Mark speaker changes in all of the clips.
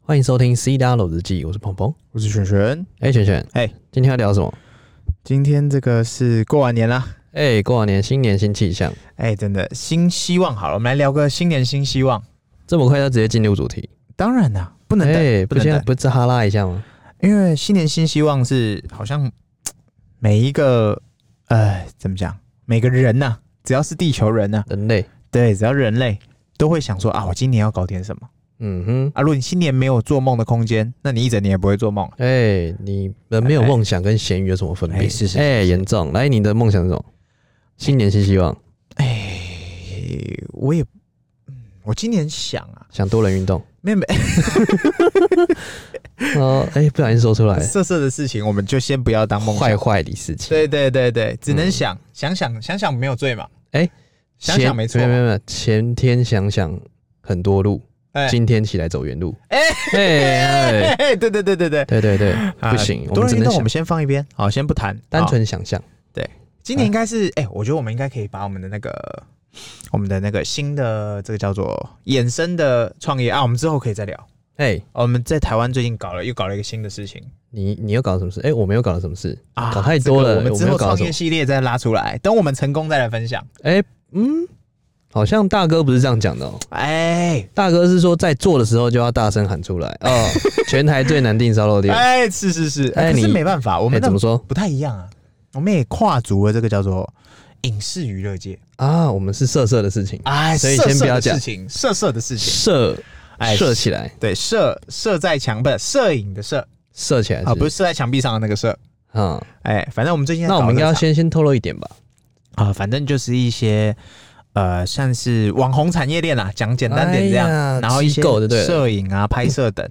Speaker 1: 欢迎收听《C W 日记》，我是鹏鹏。
Speaker 2: 我是璇璇。
Speaker 1: 哎、璇璇，
Speaker 2: 哎
Speaker 1: 今天要聊什么？
Speaker 2: 今天这个是过完年啦，
Speaker 1: 哎、过完年，新年新气象，
Speaker 2: 哎、真的新希望好了，我们来聊个新年新希望。
Speaker 1: 这么快就直接进入主题？
Speaker 2: 当然啦，不能
Speaker 1: 哎、
Speaker 2: 等，
Speaker 1: 不
Speaker 2: 不能
Speaker 1: 现在
Speaker 2: 等，
Speaker 1: 不是哈拉一下吗？
Speaker 2: 因为新年新希望是好像嘖每一个呃怎么讲，每个人呐、只要是地球人呐、
Speaker 1: 人类，
Speaker 2: 对，只要人类都会想说啊，我今年要搞点什么
Speaker 1: 嗯哼，
Speaker 2: 啊。如果你新年没有做梦的空间，那你一整年也不会做梦。
Speaker 1: 哎、你人没有梦想跟咸鱼有什么分别？
Speaker 2: 哎是是
Speaker 1: 哎，严、重。来，你的梦想是什么？新年新希望，
Speaker 2: 诶我也，嗯我今年想啊，
Speaker 1: 想多人运动。
Speaker 2: 妹妹
Speaker 1: 哦，哎、不小心说出来了，
Speaker 2: 色色的事情，我们就先不要当梦想。
Speaker 1: 坏坏的事情。
Speaker 2: 对对对对，只能
Speaker 1: 嗯
Speaker 2: 想、想想想想没有罪嘛。
Speaker 1: 哎
Speaker 2: 想
Speaker 1: 前
Speaker 2: 想没错
Speaker 1: 没
Speaker 2: 嘛。
Speaker 1: 有没有没有，前天想想很多路，
Speaker 2: 哎
Speaker 1: 今天起来走原路。
Speaker 2: 哎
Speaker 1: 哎哎，
Speaker 2: 对对对对对，
Speaker 1: 对对对，
Speaker 2: 啊
Speaker 1: 不行，我们
Speaker 2: 多人
Speaker 1: 只
Speaker 2: 运
Speaker 1: 能
Speaker 2: 动我
Speaker 1: 想
Speaker 2: 们先放一边，好，先不谈。
Speaker 1: 单
Speaker 2: 好，
Speaker 1: 纯想象。
Speaker 2: 今年应该是哎、我觉得我们应该可以把我们的那个我们的那个新的这个叫做衍生的创业啊，我们之后可以再聊。
Speaker 1: 哎，
Speaker 2: 哦我们在台湾最近搞了又搞了一个新的事情
Speaker 1: 你你又搞了什么事？哎，我们又搞了什么事？
Speaker 2: 啊，
Speaker 1: 搞太多了
Speaker 2: 这个我们之后
Speaker 1: 我们又搞了
Speaker 2: 创
Speaker 1: 什么
Speaker 2: 业系列再拉出来，等我们成功再来分享。
Speaker 1: 哎，嗯，好像大哥不是这样讲的哦。
Speaker 2: 哎
Speaker 1: 大哥是说在做的时候就要大声喊出来 哦，全台最难订烧肉店。
Speaker 2: 哎，是是是，哎、
Speaker 1: 哎
Speaker 2: 可是
Speaker 1: 你
Speaker 2: 没办法，我
Speaker 1: 哎，
Speaker 2: 们那
Speaker 1: 怎么说
Speaker 2: 不太一样啊。我们也跨足了这个叫做影视娱乐界，
Speaker 1: 啊？我们是色色的事情，
Speaker 2: 哎，
Speaker 1: 所以
Speaker 2: 色
Speaker 1: 先不
Speaker 2: 色
Speaker 1: 要
Speaker 2: 的
Speaker 1: 讲
Speaker 2: 事情，色色的事情，
Speaker 1: 射
Speaker 2: 哎
Speaker 1: 射起来，
Speaker 2: 对，射射在墙，不是摄影的摄
Speaker 1: 射起来
Speaker 2: 啊，不
Speaker 1: 哎
Speaker 2: 是
Speaker 1: 是
Speaker 2: 射在墙壁上的那个射，
Speaker 1: 啊。
Speaker 2: 哎，反正我们最近在
Speaker 1: 那我们应该要
Speaker 2: 搞这个
Speaker 1: 先先透露一点吧？
Speaker 2: 场啊，反正就是一些呃，算是网红产业链啦，啊讲简单点这样，
Speaker 1: 哎呀
Speaker 2: 然后一
Speaker 1: 机
Speaker 2: 些
Speaker 1: 构就对了
Speaker 2: 摄影啊、拍摄等，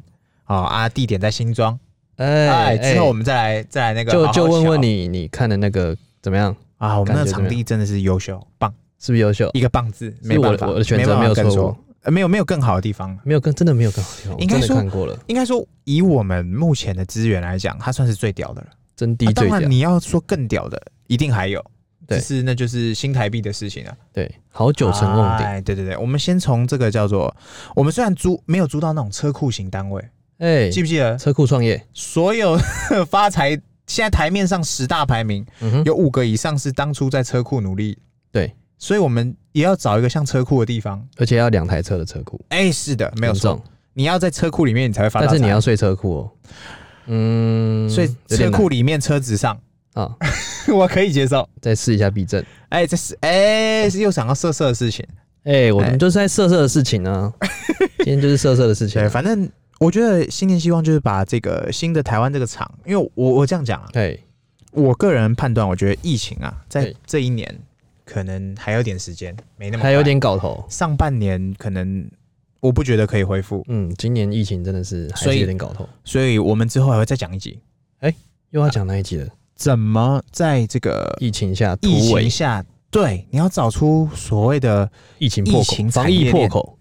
Speaker 2: 哦啊，地点在新庄，
Speaker 1: 哎
Speaker 2: 哎，，之后我们再来再来那个好
Speaker 1: 就
Speaker 2: 好
Speaker 1: 就问问
Speaker 2: 瞧
Speaker 1: 你，你看的那个怎么样？
Speaker 2: 啊，我们
Speaker 1: 感
Speaker 2: 那个
Speaker 1: 觉怎么
Speaker 2: 场
Speaker 1: 样
Speaker 2: 地真的是优秀，棒，
Speaker 1: 是不是优秀？
Speaker 2: 一个棒字，没
Speaker 1: 是我
Speaker 2: 办
Speaker 1: 的
Speaker 2: 法，
Speaker 1: 我的选
Speaker 2: 没
Speaker 1: 择
Speaker 2: 办法
Speaker 1: 没有
Speaker 2: 更
Speaker 1: 错
Speaker 2: 说
Speaker 1: 过，
Speaker 2: 呃，没有没有更好的地方了。
Speaker 1: 没有更真的没有更好的地方，我
Speaker 2: 应该
Speaker 1: 真的
Speaker 2: 说
Speaker 1: 看过了，
Speaker 2: 应该说，以我们目前的资源来讲，它算是最屌的了。
Speaker 1: 真低
Speaker 2: 啊
Speaker 1: 最
Speaker 2: 当
Speaker 1: 屌。
Speaker 2: 然，你要说更屌的，一定还有，
Speaker 1: 对
Speaker 2: 只是那就是新台币的事情了。啊
Speaker 1: 对，好久成瓮顶。
Speaker 2: 哎，对对对，我们先从这个叫做，我们虽然租没有租到那种车库型单位，
Speaker 1: 哎、
Speaker 2: 记不记得
Speaker 1: 车库创业，
Speaker 2: 所有 发财？现在台面上十大排名
Speaker 1: 嗯哼，
Speaker 2: 有五个以上是当初在车库努力，
Speaker 1: 对，
Speaker 2: 所以我们也要找一个像车库的地方。
Speaker 1: 而且要两台车的车库，
Speaker 2: 哎、是的，没有
Speaker 1: 很
Speaker 2: 错
Speaker 1: 重，，
Speaker 2: 你要在车库里面你才会发大
Speaker 1: 但
Speaker 2: 财。
Speaker 1: 是你要睡车库哦。嗯，
Speaker 2: 所以
Speaker 1: 有
Speaker 2: 车
Speaker 1: 点
Speaker 2: 库里面车子上，
Speaker 1: 难啊，
Speaker 2: 我可以接受。
Speaker 1: 再试一下避震。
Speaker 2: 哎、这是哎、是又想到色色的事情。
Speaker 1: 哎、我
Speaker 2: 哎
Speaker 1: 们就是在色色的事情 啊，今天就是色色的事情、
Speaker 2: 对，
Speaker 1: 啊。
Speaker 2: 反正我觉得新年希望就是把这个新的台湾这个厂，因为我我这样讲啊，
Speaker 1: 哎，
Speaker 2: 我个人判断，我觉得疫情啊，在
Speaker 1: 对
Speaker 2: 这一年可能还有点时间，没那么快
Speaker 1: 还有点搞头。
Speaker 2: 上半年可能我不觉得可以恢复，
Speaker 1: 嗯，今年疫情真的是还
Speaker 2: 所
Speaker 1: 是
Speaker 2: 以
Speaker 1: 有点搞头。
Speaker 2: 所以我们之后还会再讲一集，
Speaker 1: 又要讲那一集了，
Speaker 2: 怎么在这个
Speaker 1: 疫情下突
Speaker 2: 疫
Speaker 1: 围
Speaker 2: 情，下，对，你要找出所谓的
Speaker 1: 疫情破
Speaker 2: 疫
Speaker 1: 口，
Speaker 2: 情
Speaker 1: 防
Speaker 2: 产
Speaker 1: 疫
Speaker 2: 业
Speaker 1: 破
Speaker 2: 链
Speaker 1: 口。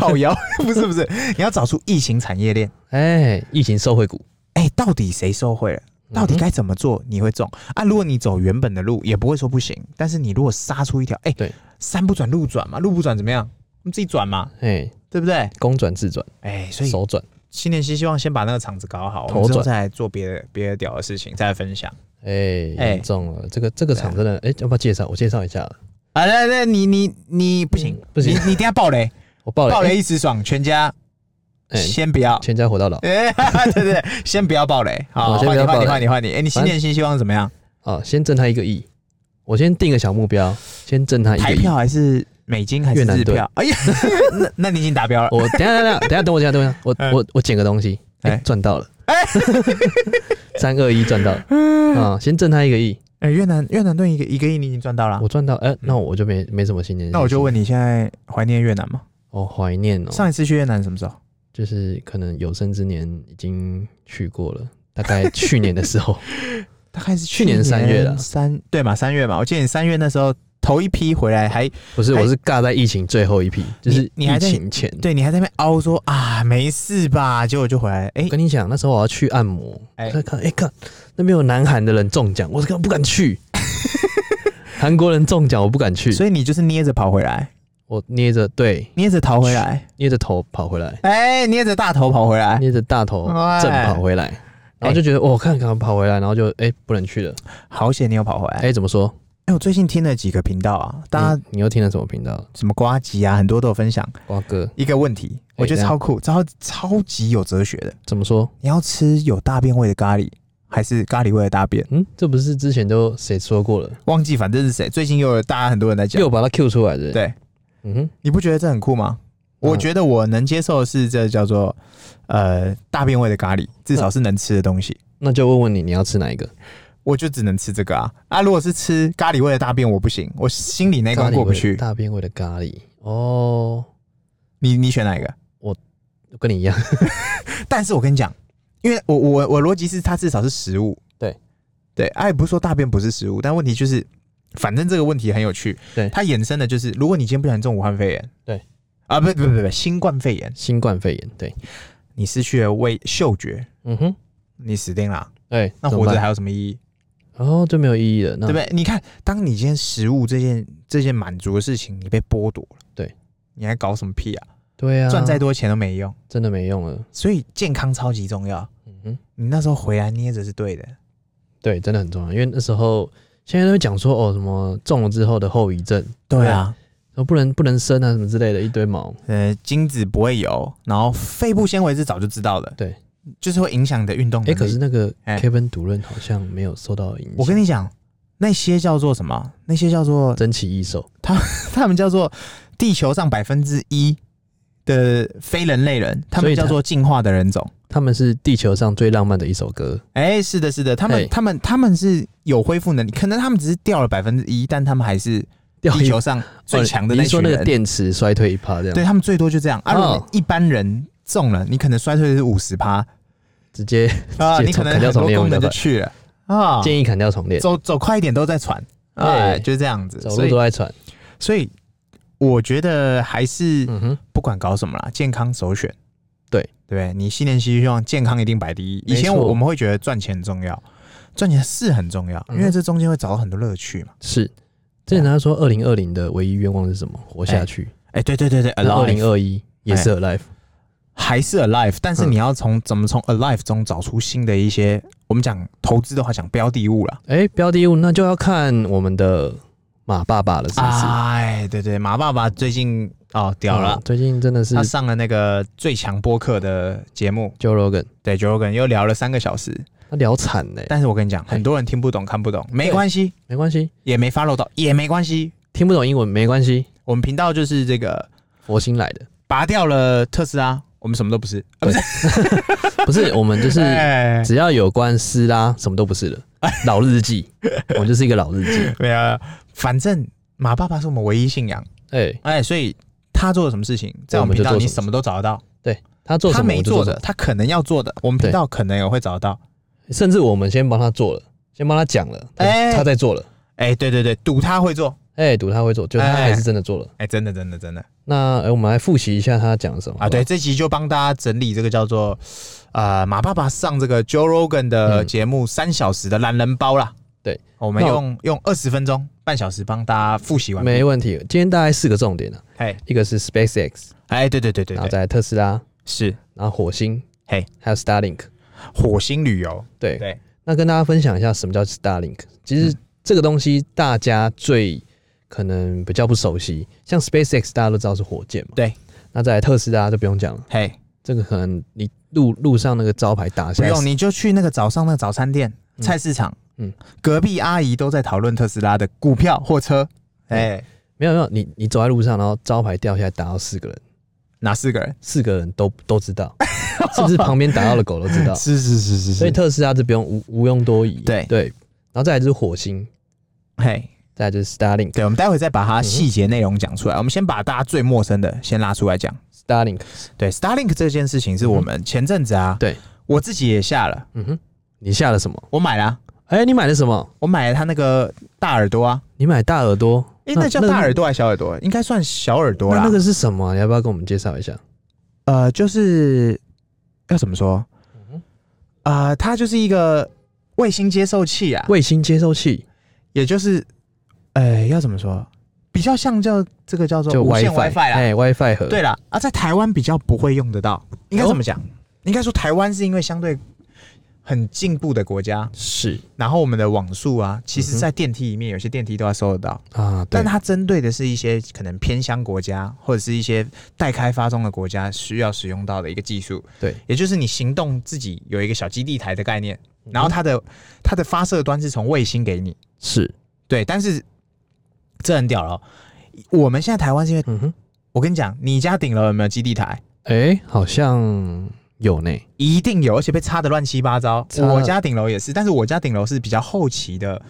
Speaker 2: 烤窑，不是不是，你要找出疫情产业链，
Speaker 1: 哎、疫情受惠股，
Speaker 2: 哎、到底谁受贿了？
Speaker 1: 嗯
Speaker 2: 到底该怎么做你会中啊？如果你走原本的路，也不会说不行，但是你如果杀出一条，哎、
Speaker 1: 对，
Speaker 2: 山不转路转嘛，路不转怎么样？我们自己转嘛，
Speaker 1: 哎、
Speaker 2: 对不对？
Speaker 1: 公转自转，
Speaker 2: 哎、所以
Speaker 1: 手转。
Speaker 2: 新年新希望，先把那个厂子搞好，我
Speaker 1: 头
Speaker 2: 们之后
Speaker 1: 转
Speaker 2: 再来做别的别的屌的事情，再来分享。
Speaker 1: 哎、
Speaker 2: 哎
Speaker 1: 严重了，这个这个厂真的，哎、要不要介绍？我介绍一下，
Speaker 2: 啊，那那你你你不行、
Speaker 1: 嗯不行
Speaker 2: 你你等一下爆雷，
Speaker 1: 我爆了，
Speaker 2: 爆
Speaker 1: 哎
Speaker 2: 雷一时爽，全家
Speaker 1: 哎
Speaker 2: 先不要。
Speaker 1: 全家活到老
Speaker 2: 哎、对对对，先不要爆雷，好，
Speaker 1: 好先不
Speaker 2: 换你
Speaker 1: 要
Speaker 2: 换
Speaker 1: 爆
Speaker 2: 你
Speaker 1: 雷
Speaker 2: 换你换你，哎、你新年新希望怎么样？
Speaker 1: 啊！先挣他一个亿，我先定个小目标，先挣他一
Speaker 2: 台
Speaker 1: 个亿。
Speaker 2: 票还是美金还是
Speaker 1: 越南
Speaker 2: 日
Speaker 1: 盾哦
Speaker 2: 票？哎呀， 那那你已经达标了。
Speaker 1: 我等一下等一 下等一下等我一下等我一下，我
Speaker 2: 哎
Speaker 1: 我我捡个东西，哎
Speaker 2: 哎，嗯
Speaker 1: 赚到了， 三二一赚到 了啊！先挣他一个亿，
Speaker 2: 哎、越南越南盾一个一个亿你已经赚到了啊、
Speaker 1: 我赚到，哎，那我就没没什么新年。
Speaker 2: 那我就，问你现在怀念越南吗？
Speaker 1: 我怀念哦，
Speaker 2: 上一次去越南什么时候？
Speaker 1: 就是可能有生之年已经去过了，大概去年的时候，
Speaker 2: 大概是
Speaker 1: 去年三月啦
Speaker 2: 三对嘛，三月嘛。我记得你三月那时候头一批回来还，
Speaker 1: 不是，
Speaker 2: 哎
Speaker 1: 我是尬在疫情最后一批，就是
Speaker 2: 你你还
Speaker 1: 疫
Speaker 2: 在
Speaker 1: 情前。
Speaker 2: 对你还在那边凹说啊没事吧，结果就回来。哎、
Speaker 1: 我跟你讲，那时候我要去按摩，
Speaker 2: 哎
Speaker 1: 我在看，哎、看那边有南韩的人中奖，我根本 不敢去。韩国人中奖，我不敢去，
Speaker 2: 所以你就是捏着跑回来。
Speaker 1: 我捏着对
Speaker 2: 捏着逃回来，
Speaker 1: 捏着头跑回来，
Speaker 2: 哎，捏着大头跑回来，
Speaker 1: 捏着大头
Speaker 2: 哎
Speaker 1: 正跑回来，然后就觉得哦，看看跑回来，然后就哎、不能去了，
Speaker 2: 好险你有跑回来。
Speaker 1: 哎、怎么说？
Speaker 2: 哎，我最近听了几个频道啊，大家
Speaker 1: 你你又听了什么频道？
Speaker 2: 什么瓜吉啊，很多都有分享
Speaker 1: 瓜哥
Speaker 2: 一个问题，我觉得
Speaker 1: 哎
Speaker 2: 超酷，超超级有哲学的。
Speaker 1: 怎么说？
Speaker 2: 你要吃有大便味的咖喱，还是咖喱味的大便？
Speaker 1: 嗯，这不是之前都谁说过了，
Speaker 2: 忘记反正是谁，最近又有大家很多人在讲。
Speaker 1: 又把它 Q 出来的。
Speaker 2: 对，
Speaker 1: 嗯哼，
Speaker 2: 你不觉得这很酷吗？
Speaker 1: 嗯
Speaker 2: 我觉得我能接受的是这叫做呃大便味的咖喱，至少是能吃的东西。
Speaker 1: 那就问问你，你要吃哪一个？
Speaker 2: 我就只能吃这个啊啊！如果是吃咖喱味的大便，我不行，我心里那一
Speaker 1: 咖
Speaker 2: 关
Speaker 1: 喱
Speaker 2: 过不
Speaker 1: 味的
Speaker 2: 去。
Speaker 1: 大便味的咖喱哦，
Speaker 2: 你你选哪一个？
Speaker 1: 我跟你一样。
Speaker 2: 但是我跟你讲，因为我我我逻辑是它至少是食物，
Speaker 1: 对
Speaker 2: 对，啊也不是说大便不是食物，但问题就是，反正这个问题很有趣，
Speaker 1: 对
Speaker 2: 它衍生的就是，如果你今天不小心中武汉肺炎，
Speaker 1: 对，
Speaker 2: 啊不不不不新冠肺炎，
Speaker 1: 新冠肺炎，对，
Speaker 2: 你失去了味嗅觉，
Speaker 1: 嗯哼，
Speaker 2: 你死定了，
Speaker 1: 对，
Speaker 2: 那
Speaker 1: 怎么
Speaker 2: 活着
Speaker 1: 办
Speaker 2: 还有什么意义？
Speaker 1: 哦就没有意义了，那
Speaker 2: 对啊不对？你看，当你今天食物这件这件满足的事情，你被剥夺了，
Speaker 1: 对，
Speaker 2: 你还搞什么屁啊？
Speaker 1: 对啊，
Speaker 2: 赚再多钱都没用，
Speaker 1: 真的没用了，
Speaker 2: 所以健康超级重要。
Speaker 1: 嗯哼，
Speaker 2: 你那时候回来捏着是对的，
Speaker 1: 对，真的很重要，因为那时候现在都会讲说哦什么中了之后的后遗症，
Speaker 2: 对啊。
Speaker 1: 说不能不能生啊什么之类的一堆毛，
Speaker 2: 呃，精子不会有，然后肺部纤维是早就知道的，
Speaker 1: 对，
Speaker 2: 就是会影响你的运动能
Speaker 1: 哎，
Speaker 2: 力。
Speaker 1: 可是那个
Speaker 2: 哎
Speaker 1: Kevin 主任好像没有受到影响，
Speaker 2: 我跟你讲，那些叫做什么？那些叫做
Speaker 1: 珍奇异兽，
Speaker 2: 他们叫做地球上百分之一的非人类人，他
Speaker 1: 所
Speaker 2: 们
Speaker 1: 以他
Speaker 2: 叫做进化的人种。
Speaker 1: 他们是地球上最浪漫的一首歌，
Speaker 2: 哎、是的，是的，他们
Speaker 1: 嘿
Speaker 2: 他们他们是有恢复能力，可能他们只是掉了百分之一，但他们还是
Speaker 1: 掉
Speaker 2: 地
Speaker 1: 一
Speaker 2: 球上最强的
Speaker 1: 哦你
Speaker 2: 那
Speaker 1: 是说
Speaker 2: 群
Speaker 1: 那
Speaker 2: 人。
Speaker 1: 个电池衰退一趴这样，
Speaker 2: 对他们最多就这样。啊，如
Speaker 1: 哦
Speaker 2: 果一般人中了，你可能衰退是五十趴
Speaker 1: 直接
Speaker 2: 啊，
Speaker 1: 直接
Speaker 2: 你可
Speaker 1: 从砍
Speaker 2: 能很
Speaker 1: 掉
Speaker 2: 多
Speaker 1: 重练
Speaker 2: 功
Speaker 1: 没
Speaker 2: 能就
Speaker 1: 办法
Speaker 2: 去了啊。
Speaker 1: 建议砍掉重练，
Speaker 2: 走走快一点都在喘，
Speaker 1: 对
Speaker 2: 哎，就是这样子。
Speaker 1: 走
Speaker 2: 所
Speaker 1: 路都
Speaker 2: 以
Speaker 1: 在喘，
Speaker 2: 所以我觉得还是
Speaker 1: 嗯哼，
Speaker 2: 不管搞什么啦，健康首选。
Speaker 1: 对
Speaker 2: 对，你新年新希望，健康一定摆第一。以前
Speaker 1: 没错
Speaker 2: 我我们会觉得赚钱很重要，赚钱是很重要，
Speaker 1: 嗯
Speaker 2: 因为这中间会找到很多乐趣嘛。
Speaker 1: 是。之前他说，二零二零的唯一愿望是什么？活下
Speaker 2: 哎
Speaker 1: 去。
Speaker 2: 哎，对对对对
Speaker 1: 二零
Speaker 2: ，alive
Speaker 1: 二一也
Speaker 2: 哎
Speaker 1: 是 alive，
Speaker 2: 还是 alive，但是
Speaker 1: 嗯
Speaker 2: 你要从怎么从 alive 中找出新的一些，我们讲投资的话讲标的物啦。
Speaker 1: 哎、标的物那就要看我们的马爸爸了，是不是？
Speaker 2: 哎，对对，马爸爸最近哦屌了
Speaker 1: 嗯，最近真的是
Speaker 2: 他上了那个最强播客的节目，
Speaker 1: Joe Rogan，
Speaker 2: 对 j o r g a n 又聊了三个小时。
Speaker 1: 他聊惨嘞，
Speaker 2: 但是我跟你讲，
Speaker 1: 嘿
Speaker 2: 很多人听不懂、看不懂，没关系，
Speaker 1: 没关系，
Speaker 2: 也没 follow 到，也没关系。
Speaker 1: 听不懂英文没关系，
Speaker 2: 我们频道就是这个，
Speaker 1: 佛心来 的，
Speaker 2: 拔掉了特斯拉，我们什么都不是，啊、不是，
Speaker 1: 不是我们就是
Speaker 2: 哎
Speaker 1: 只要有关斯拉什么都不是了，老日 记，我们就是一个老日记，
Speaker 2: 没有，啊反正马爸爸是我们唯一信仰，
Speaker 1: 哎、
Speaker 2: 哎，所以他做了什么事情，在我们频
Speaker 1: 我
Speaker 2: 道
Speaker 1: 们就做
Speaker 2: 你
Speaker 1: 什么
Speaker 2: 什么都找得到，
Speaker 1: 他做什
Speaker 2: 他
Speaker 1: 么我
Speaker 2: 没
Speaker 1: 们就
Speaker 2: 做
Speaker 1: 做什
Speaker 2: 的，他可能要做的，我们频道可能也会找得到。
Speaker 1: 么，甚至我们先帮他做了，先帮他讲了，他、
Speaker 2: 哎
Speaker 1: 他在做了，
Speaker 2: 哎，对对对，赌他会做，
Speaker 1: 哎、赌他会做，就他
Speaker 2: 哎
Speaker 1: 还是真的做了。
Speaker 2: 哎，真的真的真的
Speaker 1: 那、哎我们来复习一下他讲什么
Speaker 2: 啊，对，，这集就帮大家整理这个叫做呃马爸爸上这个 Joe Rogan 的
Speaker 1: 嗯
Speaker 2: 节目三小时的懒人包啦。
Speaker 1: 对，
Speaker 2: 我们
Speaker 1: 那我
Speaker 2: 用用二十分钟半小时帮大家复习完毕。
Speaker 1: 没问题。今天大概四个重点啊，
Speaker 2: 哎
Speaker 1: 一个是 SpaceX，
Speaker 2: 哎，对对对对
Speaker 1: 然后
Speaker 2: 对，
Speaker 1: 再来特斯拉，
Speaker 2: 是
Speaker 1: 然后火星，
Speaker 2: 嘿，
Speaker 1: 还有 Starlink，
Speaker 2: 火星旅游。
Speaker 1: 对
Speaker 2: 对嗯
Speaker 1: 那跟大家分享一下什么叫 Starlink。其实这个东西大家最可能比较不熟悉，像 SpaceX 大家都知道是火箭嘛，
Speaker 2: 对。
Speaker 1: 那在特斯拉就不用讲了，
Speaker 2: 嘿，
Speaker 1: 这个可能你路路上那个招牌打
Speaker 2: 不
Speaker 1: 下来，
Speaker 2: 用，你就去那个早上那个早餐店、
Speaker 1: 嗯
Speaker 2: 菜市场，嗯
Speaker 1: 嗯，
Speaker 2: 隔壁阿姨都在讨论特斯拉的股票或车。
Speaker 1: 嗯
Speaker 2: 哎，
Speaker 1: 没有没有，你你走在路上，然后招牌掉下来打到四个人，
Speaker 2: 哪四个人？
Speaker 1: 四个人都都知 道，甚至旁边打到的狗都知道。
Speaker 2: 是是是是
Speaker 1: 哦所以，特斯拉这不用无无用多疑，
Speaker 2: 对
Speaker 1: 对。然后再来就是火星，
Speaker 2: 嘿，
Speaker 1: 再来就是 Starlink，Starlink
Speaker 2: 对，我们待会再把
Speaker 1: 嗯
Speaker 2: 它细节内容讲出来。我们先把大家最陌生的先拉出来讲。对，Starlink 这件事情是我们前阵子啊，
Speaker 1: 嗯对
Speaker 2: 我自己也下了，
Speaker 1: 嗯哼，你下了什么？
Speaker 2: 我买了啊、
Speaker 1: 哎、你买了什么？
Speaker 2: 我买了它那个大耳朵啊，
Speaker 1: 你买大耳朵？
Speaker 2: 诶，那叫大耳朵还是小耳朵？应该算小耳朵
Speaker 1: 那
Speaker 2: 啦。
Speaker 1: 那个是什么啊、你要不要跟我们介绍一下？
Speaker 2: 呃，就是要怎么说？
Speaker 1: 嗯
Speaker 2: 啊、它就是一个卫星接受器啊，
Speaker 1: 卫星接收器，
Speaker 2: 也就是，呃，要怎么说？比较像叫这个叫做
Speaker 1: 就
Speaker 2: 无线
Speaker 1: WiFi，
Speaker 2: WiFi 啦，
Speaker 1: 哎，WiFi 盒，
Speaker 2: 对啦，啊，在台湾比较不会用得到，应
Speaker 1: 哎
Speaker 2: 该怎
Speaker 1: 哦
Speaker 2: 么讲？应该说台湾是因为相对很进步的国家，
Speaker 1: 是
Speaker 2: 然后我们的网速啊，其实在电梯里面有些电梯都要收得到，
Speaker 1: 啊，嗯对
Speaker 2: 但，它针对的是一些可能偏乡国家或者是一些待开发中的国家需要使用到的一个技术，
Speaker 1: 对，嗯
Speaker 2: 也就是你行动自己有一个小基地台的概念，然后它的它的发射端是从卫星给你，
Speaker 1: 是，
Speaker 2: 对，但是这很屌了哦。我们现在台湾是因为
Speaker 1: 嗯哼，
Speaker 2: 我跟你讲，你家顶楼有没有基地台？
Speaker 1: 哎，好像有呢，
Speaker 2: 一定有，而且被擦的乱七八糟。
Speaker 1: 擦
Speaker 2: 我家顶楼也是，但是我家顶楼是比较后期的，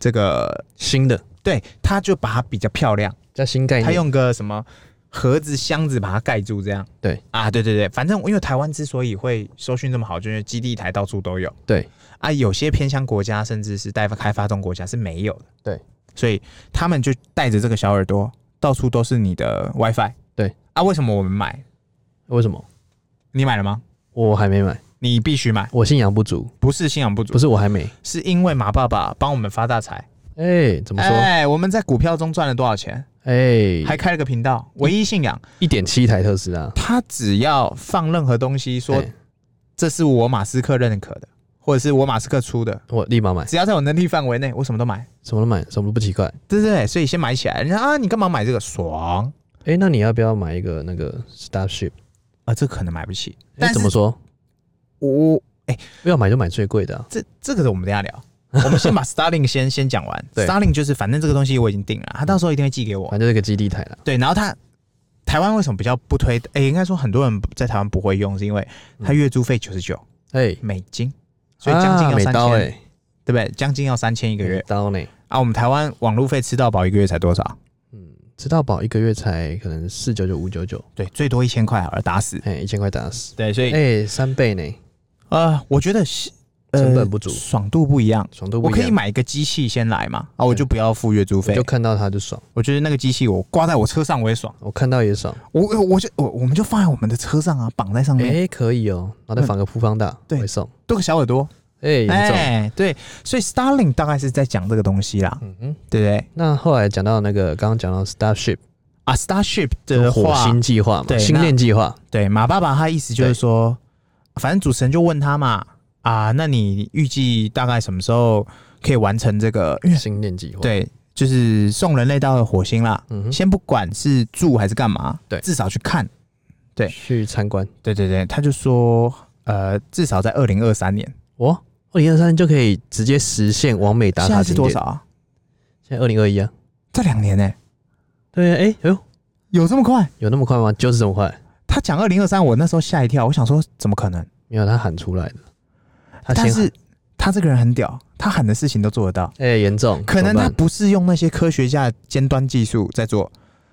Speaker 2: 这个
Speaker 1: 新的
Speaker 2: 对，它就把它比较漂亮，
Speaker 1: 叫新概
Speaker 2: 它
Speaker 1: 念，
Speaker 2: 用个什么盒子、箱子把它盖住，这样。
Speaker 1: 对
Speaker 2: 啊，对对对，反正因为台湾之所以会收讯这么好，就是基地台到处都有
Speaker 1: 对，
Speaker 2: 啊，有些偏乡国家甚至是待开发中国家是没有的。
Speaker 1: 对，
Speaker 2: 所以他们就带着这个小耳朵，到处都是你的 WiFi。
Speaker 1: 对
Speaker 2: 啊，为什么我们买？
Speaker 1: 为什么
Speaker 2: 你买了吗？
Speaker 1: 我还没买？
Speaker 2: 你必须买，
Speaker 1: 我信仰不足，
Speaker 2: 不是信仰不足
Speaker 1: 不，是我还没，
Speaker 2: 是因为马爸爸帮我们发大财。
Speaker 1: 哎，怎么说？
Speaker 2: 哎，我们在股票中赚了多少钱？还
Speaker 1: 哎，
Speaker 2: 开了个频道，唯一信仰。
Speaker 1: 一点七台特斯拉，
Speaker 2: 他只要放任何东西说
Speaker 1: 哎
Speaker 2: 这是我马斯克认可的，或者是我马斯克出的，
Speaker 1: 我立马买，
Speaker 2: 只要在我能力范围内，我什么都买，
Speaker 1: 什么都买，什么都不奇怪。
Speaker 2: 对不对？所以先买起来。人家啊，你干嘛买这个？爽
Speaker 1: 哎，那你要不要买一个那个 Starship？
Speaker 2: 啊，这可能买不起。但
Speaker 1: 哎，
Speaker 2: 是
Speaker 1: 怎么说？
Speaker 2: 我
Speaker 1: 要买就买最贵的啊，
Speaker 2: 这这个我们等一下 聊。我们先把 Starlink 先先讲完。
Speaker 1: 对
Speaker 2: Starlink 就是反正这个东西我已经定了，他到时候一定会寄给我。
Speaker 1: 反正就是个基地台啦。
Speaker 2: 对，然后它台湾为什么比较不推？哎、应该说很多人在台湾不会用，是因为它月租费九十九
Speaker 1: 哎，
Speaker 2: 美金，所以将近
Speaker 1: 啊
Speaker 2: 要
Speaker 1: 美
Speaker 2: 三千、
Speaker 1: 刀哎，
Speaker 2: 对不对？将近要三千一个
Speaker 1: 美
Speaker 2: 月
Speaker 1: 刀呢？
Speaker 2: 啊！我们台湾网路费吃到饱一个月才多少？
Speaker 1: 吃到饱一个月才可能四九九五九九，
Speaker 2: 对，最多一千块好了，打死。
Speaker 1: 哎，一千块打死，
Speaker 2: 对，所以、
Speaker 1: 哎，三倍呢，
Speaker 2: 呃，我觉得是呃
Speaker 1: 成本不足
Speaker 2: 爽度不一样。
Speaker 1: 爽度不
Speaker 2: 我
Speaker 1: 一
Speaker 2: 可
Speaker 1: 样
Speaker 2: 以买一个机器先来嘛，啊，我就不要付月租
Speaker 1: 我
Speaker 2: 费
Speaker 1: 就。看到它就爽，
Speaker 2: 我觉得那个机器我挂在我车上我也爽，
Speaker 1: 我看到也爽，
Speaker 2: 我我我就我我们就放在我们的车上啊，绑在上面，
Speaker 1: 哎，可以哦，然后再放个铺方大，
Speaker 2: 嗯对
Speaker 1: 会送，
Speaker 2: 多个小耳朵，
Speaker 1: 哎，严重，
Speaker 2: 哎、对，所以 Starlink 大概是在讲这个东西啦，
Speaker 1: 嗯哼。
Speaker 2: 对不对？
Speaker 1: 那后来讲到那个，刚刚讲到 Starship
Speaker 2: 啊，Starship 的
Speaker 1: 火
Speaker 2: 话，
Speaker 1: 星计划嘛，
Speaker 2: 对
Speaker 1: 星链计 划，
Speaker 2: 对马爸爸他意思就是说，反正主持人就问他嘛，啊，那你预计大概什么时候可以完成这个？因为
Speaker 1: 星链计划，，
Speaker 2: 对，就是送人类到火星啦，
Speaker 1: 嗯哼，
Speaker 2: 先不管是住还是干嘛，
Speaker 1: 对
Speaker 2: 至少去看。对
Speaker 1: 去参观。
Speaker 2: 对对对，他就说，呃，至少在二零二三年，
Speaker 1: 哇，二零二三就可以直接实现完美打
Speaker 2: 现
Speaker 1: 卡
Speaker 2: 在是
Speaker 1: 景
Speaker 2: 多
Speaker 1: 点。
Speaker 2: 少啊？
Speaker 1: 现在二零二一啊，
Speaker 2: 这两年呢、
Speaker 1: 对啊，哎、哎呦，
Speaker 2: 有这么快？
Speaker 1: 有那么快吗？就是这么快，
Speaker 2: 他讲二零二三，我那时候吓一跳，我想说怎么可能？
Speaker 1: 没有他喊出来的，他
Speaker 2: 但
Speaker 1: 先喊
Speaker 2: 是他这个人很屌，他喊的事情都做得到。
Speaker 1: 哎严、重，
Speaker 2: 可能
Speaker 1: 怎
Speaker 2: 他
Speaker 1: 么办
Speaker 2: 不是用那些科学家的尖端技术在做，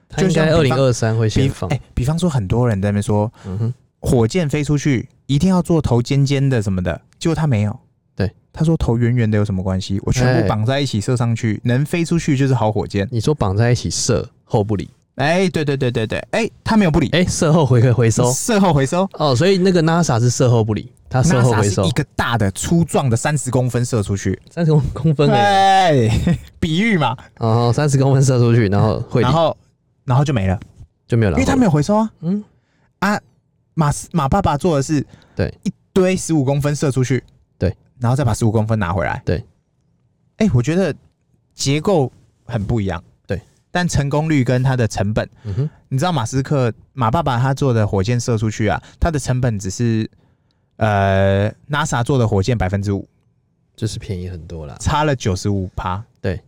Speaker 1: 他应该
Speaker 2: 就像
Speaker 1: 二
Speaker 2: 比
Speaker 1: 零
Speaker 2: 方
Speaker 1: 二三会
Speaker 2: 比
Speaker 1: 先放，
Speaker 2: 哎、比方说很多人在那边说
Speaker 1: 嗯哼，
Speaker 2: 火箭飞出去一定要做头尖尖的什么的，结果他没有。
Speaker 1: 对，
Speaker 2: 他说头圆圆的有什么关系？我全部
Speaker 1: 哎
Speaker 2: 绑在一起射上去，能飞出去就是好火箭。
Speaker 1: 你说绑在一起射后不理，
Speaker 2: 哎、对对对对对，哎、他没有不理，
Speaker 1: 哎、射后回回 收
Speaker 2: 事后回收。
Speaker 1: 哦，所以那个 NASA 是射后不理，他射后
Speaker 2: NASA
Speaker 1: 回
Speaker 2: 是
Speaker 1: 收
Speaker 2: 一个大的粗壮的三十公分射出去，
Speaker 1: 三十公分哎、
Speaker 2: 哎、 比喻嘛，
Speaker 1: 哦，三十公分射出去，然后会理
Speaker 2: 然后然后就没了，
Speaker 1: 就没有然
Speaker 2: 因为
Speaker 1: 后
Speaker 2: 他
Speaker 1: 了，
Speaker 2: 没有回收啊。
Speaker 1: 嗯，
Speaker 2: 马斯马爸爸做的是，
Speaker 1: 对，
Speaker 2: 一堆十五公分射出去，
Speaker 1: 对，
Speaker 2: 然后再把十五公分拿回来，
Speaker 1: 对。
Speaker 2: 哎、我觉得结构很不一样，
Speaker 1: 对，
Speaker 2: 但成功率跟它的成本，
Speaker 1: 嗯哼，
Speaker 2: 你知道马斯克马爸爸他做的火箭射出去啊，它的成本只是呃 NASA 做的火箭百分之五，
Speaker 1: 就是便宜很多啦。
Speaker 2: 差了九十五趴，
Speaker 1: 对，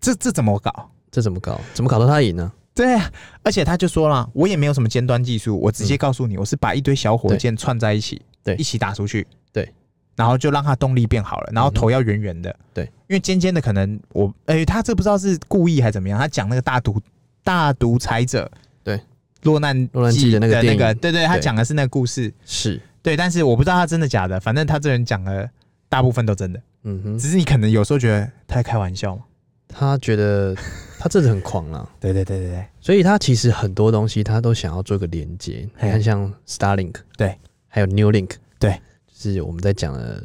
Speaker 2: 这这怎么搞？
Speaker 1: 这怎么搞？怎么搞到他赢呢？
Speaker 2: 对啊，而且他就说了，我也没有什么尖端技术，我直接告诉你，我是把一堆小火箭串在一起，
Speaker 1: 嗯对
Speaker 2: 一起打出去，
Speaker 1: 对，
Speaker 2: 然后就让它动力变好了，然后头要圆圆的，
Speaker 1: 对
Speaker 2: 因为尖尖的可能我，哎、他这不知道是故意还是怎么样，他讲那个大独大独裁者，
Speaker 1: 对，
Speaker 2: 落难
Speaker 1: 落难记
Speaker 2: 记
Speaker 1: 的那个
Speaker 2: 那
Speaker 1: 电
Speaker 2: 个，
Speaker 1: 影
Speaker 2: 对对，他
Speaker 1: 对
Speaker 2: 讲的是那个故事，
Speaker 1: 是，
Speaker 2: 对，但是我不知道他真的假的，反正他这人讲的大部分都真的，
Speaker 1: 嗯哼，
Speaker 2: 只是你可能有时候觉得他在开玩笑嘛，
Speaker 1: 他觉得他真的很狂啊啦、
Speaker 2: 对对对对对，
Speaker 1: 所以他其实很多东西他都想要做一个连接。你
Speaker 2: 嘿
Speaker 1: 看，像 Starlink，
Speaker 2: 对，
Speaker 1: 还有 New Link，
Speaker 2: 对，
Speaker 1: 就是我们在讲的，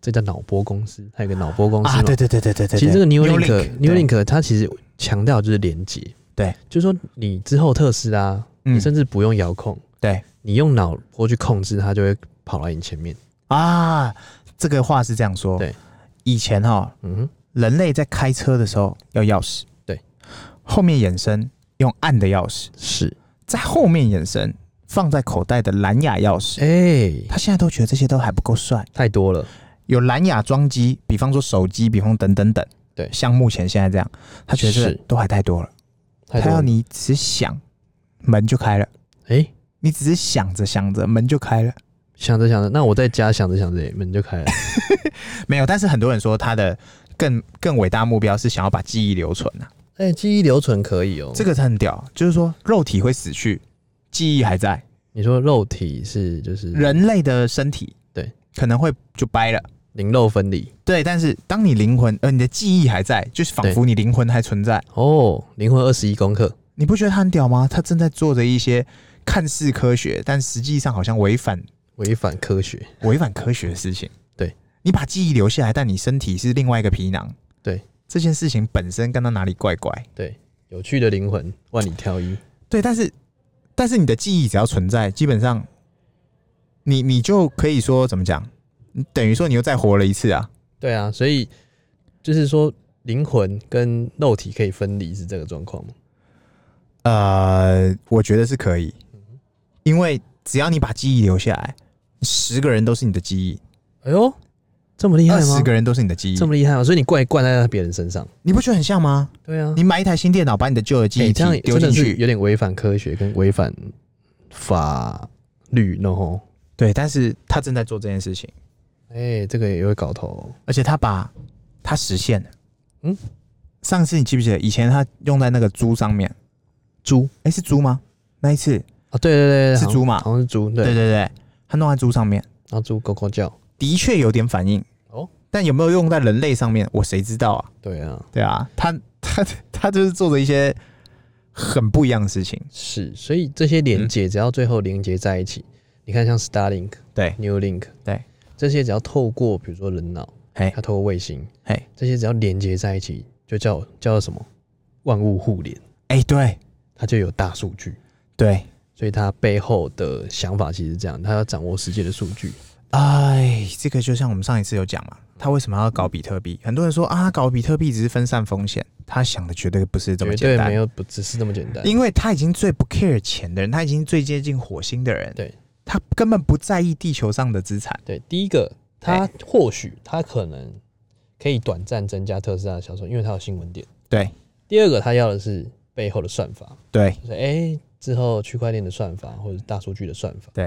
Speaker 1: 这叫脑波公司，还有一个脑波公司嘛
Speaker 2: 啊，对对对对对对，
Speaker 1: 其实这个
Speaker 2: 对
Speaker 1: New
Speaker 2: 对
Speaker 1: Link，New
Speaker 2: 对
Speaker 1: Link 它其实强调就是连接，
Speaker 2: 对对，
Speaker 1: 就是说你之后特斯拉，
Speaker 2: 嗯
Speaker 1: 你甚至不用遥控，
Speaker 2: 对
Speaker 1: 你用脑波去控制，它就会跑来你前面。
Speaker 2: 啊，这个话是这样说。
Speaker 1: 对，
Speaker 2: 以前哈，
Speaker 1: 嗯哼，
Speaker 2: 人类在开车的时候要钥匙，
Speaker 1: 对，
Speaker 2: 后面衍生用暗的钥匙，
Speaker 1: 是，
Speaker 2: 在后面衍生放在口袋的蓝牙钥匙。
Speaker 1: 哎、
Speaker 2: 他现在都觉得这些都还不够帅，
Speaker 1: 太多了，
Speaker 2: 有蓝牙装机，比方说手机，比方等等等，
Speaker 1: 对
Speaker 2: 像目前现在这样，他觉得这
Speaker 1: 是
Speaker 2: 都还太多了。
Speaker 1: 太
Speaker 2: 他
Speaker 1: 多
Speaker 2: 要
Speaker 1: 了。
Speaker 2: 你只想，门就开了。
Speaker 1: 哎、
Speaker 2: 你只是想着想着，门就开了。
Speaker 1: 想着想着，那我在家想着想着，门就开了。
Speaker 2: 没有，但是很多人说他的更更伟大目标是想要把记忆留存啊，
Speaker 1: 哎、记忆留存可以哦。
Speaker 2: 这个很屌，就是说肉体会死去，记忆还在，
Speaker 1: 你说肉体是就是
Speaker 2: 人类的身体
Speaker 1: 嗯对
Speaker 2: 可能会就掰了。
Speaker 1: 灵肉分离
Speaker 2: 对，但是当你灵魂，呃，你的记忆还在，就是仿佛你灵魂还存在，
Speaker 1: 哦，灵魂二十一功课，
Speaker 2: 你不觉得他很屌吗？他正在做着一些看似科学，但实际上好像 违反
Speaker 1: 违反科学。
Speaker 2: 违反科学的事情。
Speaker 1: 对，
Speaker 2: 你把记忆留下来，但你身体是另外一个皮囊。
Speaker 1: 对，
Speaker 2: 这件事情本身跟他哪里怪怪？
Speaker 1: 对，有趣的灵魂万里挑一。
Speaker 2: 对，但是但是你的记忆只要存在，基本上你你就可以说怎么讲，你等于说你又再活了一次啊。
Speaker 1: 对啊，所以就是说灵魂跟肉体可以分离是这个状况吗？
Speaker 2: 呃，我觉得是可以，因为只要你把记忆留下来，十个人都是你的记忆，
Speaker 1: 哎呦，这么厉害
Speaker 2: 二
Speaker 1: 吗
Speaker 2: 十？个人都是你的记忆
Speaker 1: 这，么厉害吗？所以你怪灌在别人身上？
Speaker 2: 你不觉得很像吗？
Speaker 1: 对啊，
Speaker 2: 你买一台新电脑，把你的旧的记
Speaker 1: 哎、
Speaker 2: 忆
Speaker 1: 这样
Speaker 2: 体丢
Speaker 1: 真
Speaker 2: 进
Speaker 1: 的是
Speaker 2: 去，
Speaker 1: 有点违反科学跟违反法律，然后
Speaker 2: 对，但是他正在做这件事情，
Speaker 1: 哎，这个也会搞头哦、
Speaker 2: 而且他把他实现了。
Speaker 1: 嗯，
Speaker 2: 上次你记不记得以前他用在那个猪上面？
Speaker 1: 猪
Speaker 2: 哎、是猪吗？那一次，
Speaker 1: 啊，对对对，对
Speaker 2: 是
Speaker 1: 好像
Speaker 2: 猪嘛
Speaker 1: 好像是猪，对，
Speaker 2: 对对
Speaker 1: 然
Speaker 2: 对，他弄在猪上面，
Speaker 1: 后猪狗狗叫，
Speaker 2: 的确有点反应
Speaker 1: 哦
Speaker 2: 哦，但有没有用在人类上面，我谁知道啊？
Speaker 1: 对啊，
Speaker 2: 对啊，他他他就是做着一些很不一样的事情，
Speaker 1: 是，所以这些连
Speaker 2: 嗯
Speaker 1: 接只要最后连接在一起，你看像 Starlink、
Speaker 2: 对
Speaker 1: New Link，
Speaker 2: 对，
Speaker 1: 这些只要透过比如说人脑，
Speaker 2: 哎
Speaker 1: 它透过卫星，
Speaker 2: 哎
Speaker 1: 这些只要连接在一起，就叫叫做什么万物互联，
Speaker 2: 哎、对
Speaker 1: 它就有大数据。
Speaker 2: 对，
Speaker 1: 所以它背后的想法其实是这样，它要掌握世界的数据。
Speaker 2: 哎，这个就像我们上一次有讲嘛，他为什么要搞比特币？很多人说啊，搞比特币只是分散风险，他想的绝对不是这么
Speaker 1: 绝
Speaker 2: 简
Speaker 1: 对没
Speaker 2: 单，
Speaker 1: 有不只是这么简单。
Speaker 2: 因为他已经最不 care 钱的人，他已经最接近火星的人，
Speaker 1: 对，
Speaker 2: 他根本不在意地球上的资产，
Speaker 1: 对，第一个，它或许它可能可以短暂增加特斯拉的销售，因为它有新闻点。
Speaker 2: 对
Speaker 1: 第二个，它要的是背后的算法，
Speaker 2: 对
Speaker 1: 就是哎、之后区块链的算法或者是大数据的算法，
Speaker 2: 对，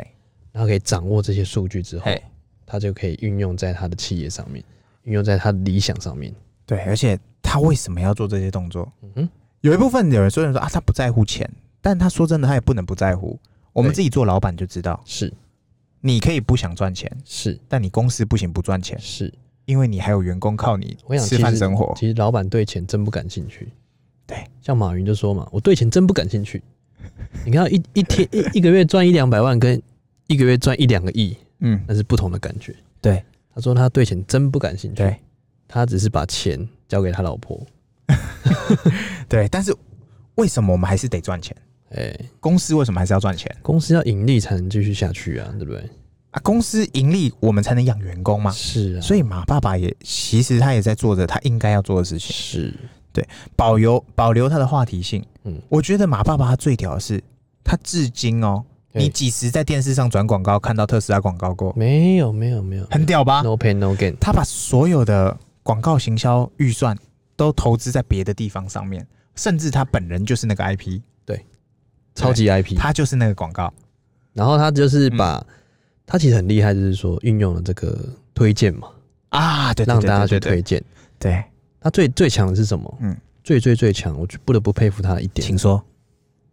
Speaker 1: 然后可以掌握这些数据之后，
Speaker 2: 嘿。
Speaker 1: 它就可以运用在它的企业上面，运用在它的理想上面。
Speaker 2: 对，而且他为什么要做这些动作？
Speaker 1: 嗯哼，
Speaker 2: 有一部分有人虽然说啊，他不在乎钱，但他说真的，他也不能不在乎。我们
Speaker 1: 对
Speaker 2: 自己做老板就知道，
Speaker 1: 是
Speaker 2: 你可以不想赚钱，
Speaker 1: 是
Speaker 2: 但你公司不行不赚钱，
Speaker 1: 是，
Speaker 2: 因为你还有员工靠你
Speaker 1: 我想
Speaker 2: 吃饭生活。
Speaker 1: 其实老板对钱真不感兴趣。
Speaker 2: 对，
Speaker 1: 像马云就说嘛，我对钱真不感兴趣。 你看到一一天一一个月赚一两百万，跟一个月赚一两个亿，
Speaker 2: 嗯，
Speaker 1: 那是不同的感觉。
Speaker 2: 对
Speaker 1: 他说他对钱真不感兴趣，
Speaker 2: 对
Speaker 1: 他只是把钱交给他老婆。
Speaker 2: 对，但是为什么我们还是得赚钱？
Speaker 1: 哎、
Speaker 2: 公司为什么还是要赚钱
Speaker 1: 公司要盈利才能继续下去啊，对不对？
Speaker 2: 啊？公司盈利，我们才能养员工嘛。
Speaker 1: 是啊，
Speaker 2: 所以马爸爸也其实他也在做着他应该要做的事情。
Speaker 1: 是
Speaker 2: 保留保留它的话题性。
Speaker 1: 嗯
Speaker 2: 嗯，我觉得马爸爸他最屌的是，他至今哦，
Speaker 1: 对
Speaker 2: 你几时在电视上转广告看到特斯拉广告过？
Speaker 1: 没有没有没有
Speaker 2: 很屌吧？
Speaker 1: 嗯，no pain no gain。
Speaker 2: 他把所有的广告行销预算都投资在别的地方上面，甚至他本人就是那个 IP，
Speaker 1: 超级 IP，
Speaker 2: 他嗯就是那个广告。
Speaker 1: 然后他就是把、他其实很厉害，就是说运用了这个推荐嘛，
Speaker 2: 啊，对，对
Speaker 1: 让大家去，
Speaker 2: 对
Speaker 1: 推荐。
Speaker 2: 对对
Speaker 1: 他最最强的是什么？
Speaker 2: 嗯
Speaker 1: 最最最强，我就不得不佩服他的一
Speaker 2: 对，
Speaker 1: 点，
Speaker 2: 请说。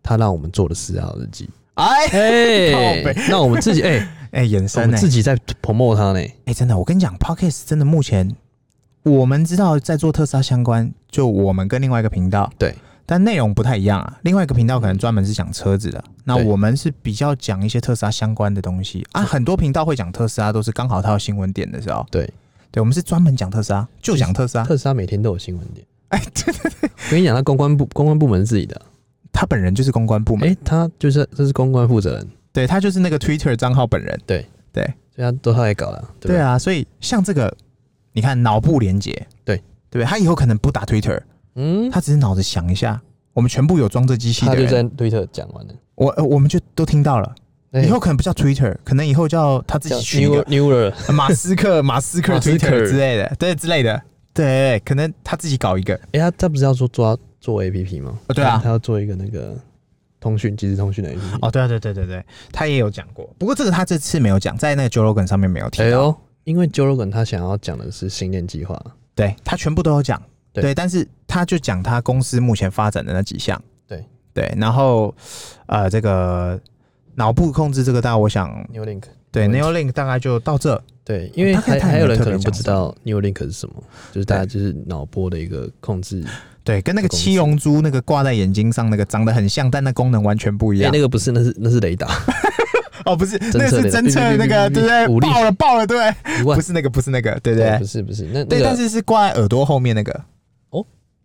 Speaker 1: 他让我们做的四号日 记。
Speaker 2: 哎
Speaker 1: 哎、
Speaker 2: 靠
Speaker 1: 那我们自己哎、
Speaker 2: 哎，延
Speaker 1: 我
Speaker 2: 伸
Speaker 1: 们
Speaker 2: 呢？
Speaker 1: 自己在 promote 他呢。
Speaker 2: 哎，真的，我跟你讲，Podcast 真的目前我们知道在做特斯拉相关，就我们跟另外一个频道，
Speaker 1: 对，
Speaker 2: 但内容不太一样啊。另外一个频道可能专门是讲车子的，那
Speaker 1: 对
Speaker 2: 我们是比较讲一些特斯拉相关的东西啊。很多频道会讲特斯拉，都是刚好它有新闻点的时候。
Speaker 1: 对，
Speaker 2: 对，我们是专门讲特斯拉，就讲特斯拉。
Speaker 1: 特斯拉每天都有新闻点。
Speaker 2: 哎，对对，
Speaker 1: 我跟你讲，他公关部公关部门自己的，
Speaker 2: 他本人就是公关部门，
Speaker 1: 哎、他就是这是公关负责人，
Speaker 2: 对他就是那个 Twitter 账号本人。
Speaker 1: 所以他都他来搞了，对不
Speaker 2: 对啊，所以像这个，你看脑部连接，
Speaker 1: 对
Speaker 2: 对不对？他以后可能不打 Twitter，
Speaker 1: 嗯，
Speaker 2: 他只是脑子想一下。我们全部有装这机器
Speaker 1: 他
Speaker 2: 的
Speaker 1: 就
Speaker 2: 人，
Speaker 1: 在推特讲完了，
Speaker 2: 我呃我们就都听到了。
Speaker 1: 哎
Speaker 2: 以后可能不叫 Twitter，可能以后叫他自
Speaker 1: 叫
Speaker 2: 己取一个
Speaker 1: New Newer，
Speaker 2: 呃马 斯克、马斯克
Speaker 1: 马斯克
Speaker 2: Twitter 之类的，对之类的，对，可能他自己搞一个。
Speaker 1: 哎、他他不是要说做做 APP 吗？
Speaker 2: 哦对啊
Speaker 1: 他他要做一个那个通讯即时通讯的 APP。
Speaker 2: 哦，对啊，对对对对，他也有讲过，不过这个他这次没有讲，在那个 Joe Rogan 上面没有提
Speaker 1: 哎
Speaker 2: 到，
Speaker 1: 呦，因为 Joe Rogan 他想要讲的是新店计划，
Speaker 2: 对他全部都有讲，
Speaker 1: 对
Speaker 2: 对，但是他就讲他公司目前发展的那几项，
Speaker 1: 对
Speaker 2: 对，然后呃，这个脑部控制这个，大概我想
Speaker 1: New Link。
Speaker 2: 对
Speaker 1: 没
Speaker 2: Neuralink 大概就到这，
Speaker 1: 对，因为
Speaker 2: 他
Speaker 1: 还
Speaker 2: 看哦他有
Speaker 1: 还有人
Speaker 2: 特
Speaker 1: 可
Speaker 2: 别
Speaker 1: 能不
Speaker 2: 讲
Speaker 1: 知
Speaker 2: 什么
Speaker 1: 道 New Link 是什么，就是大家就是脑波的一个控制，
Speaker 2: 对，跟那个
Speaker 1: 公司
Speaker 2: 七龙珠那个挂在眼睛上那个长得很像，但那功能完全不一
Speaker 1: 哎、
Speaker 2: 样。
Speaker 1: 那个不是，那是那是雷达，
Speaker 2: 哦，不是，
Speaker 1: 侦测
Speaker 2: 那个是
Speaker 1: 雷达
Speaker 2: 侦测的那个，
Speaker 1: 哔哔哔哔哔
Speaker 2: 对不对？
Speaker 1: 武力
Speaker 2: 爆了，爆了，对不对，
Speaker 1: 一万
Speaker 2: 不是那个，不是那个，对不
Speaker 1: 对，
Speaker 2: 对
Speaker 1: 不？是不是，那那
Speaker 2: 对，但
Speaker 1: 个
Speaker 2: 是是挂在耳朵后面那个，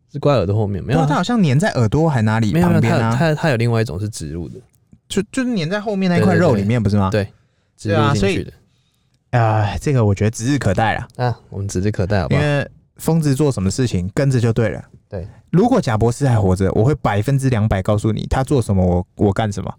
Speaker 1: 是挂耳朵后面，没
Speaker 2: 不
Speaker 1: 有
Speaker 2: 过
Speaker 1: 啊
Speaker 2: 它好像粘在耳朵还哪里
Speaker 1: 没有没
Speaker 2: 旁
Speaker 1: 有，
Speaker 2: 边
Speaker 1: 它有
Speaker 2: 啊，
Speaker 1: 它它有另外一种是植入的，
Speaker 2: 就就是粘在后面那一块肉里面，不是吗？
Speaker 1: 对植
Speaker 2: 对啊
Speaker 1: 入
Speaker 2: 所
Speaker 1: 进去
Speaker 2: 以
Speaker 1: 的
Speaker 2: 啊，这个我觉得指日可待了，
Speaker 1: 啊，我们指日可待好不
Speaker 2: 因
Speaker 1: 好？
Speaker 2: 为疯子做什么事情跟着就对了。
Speaker 1: 对，
Speaker 2: 如果贾博士还活着，我会百分之两百告诉你他做什么，我我干什么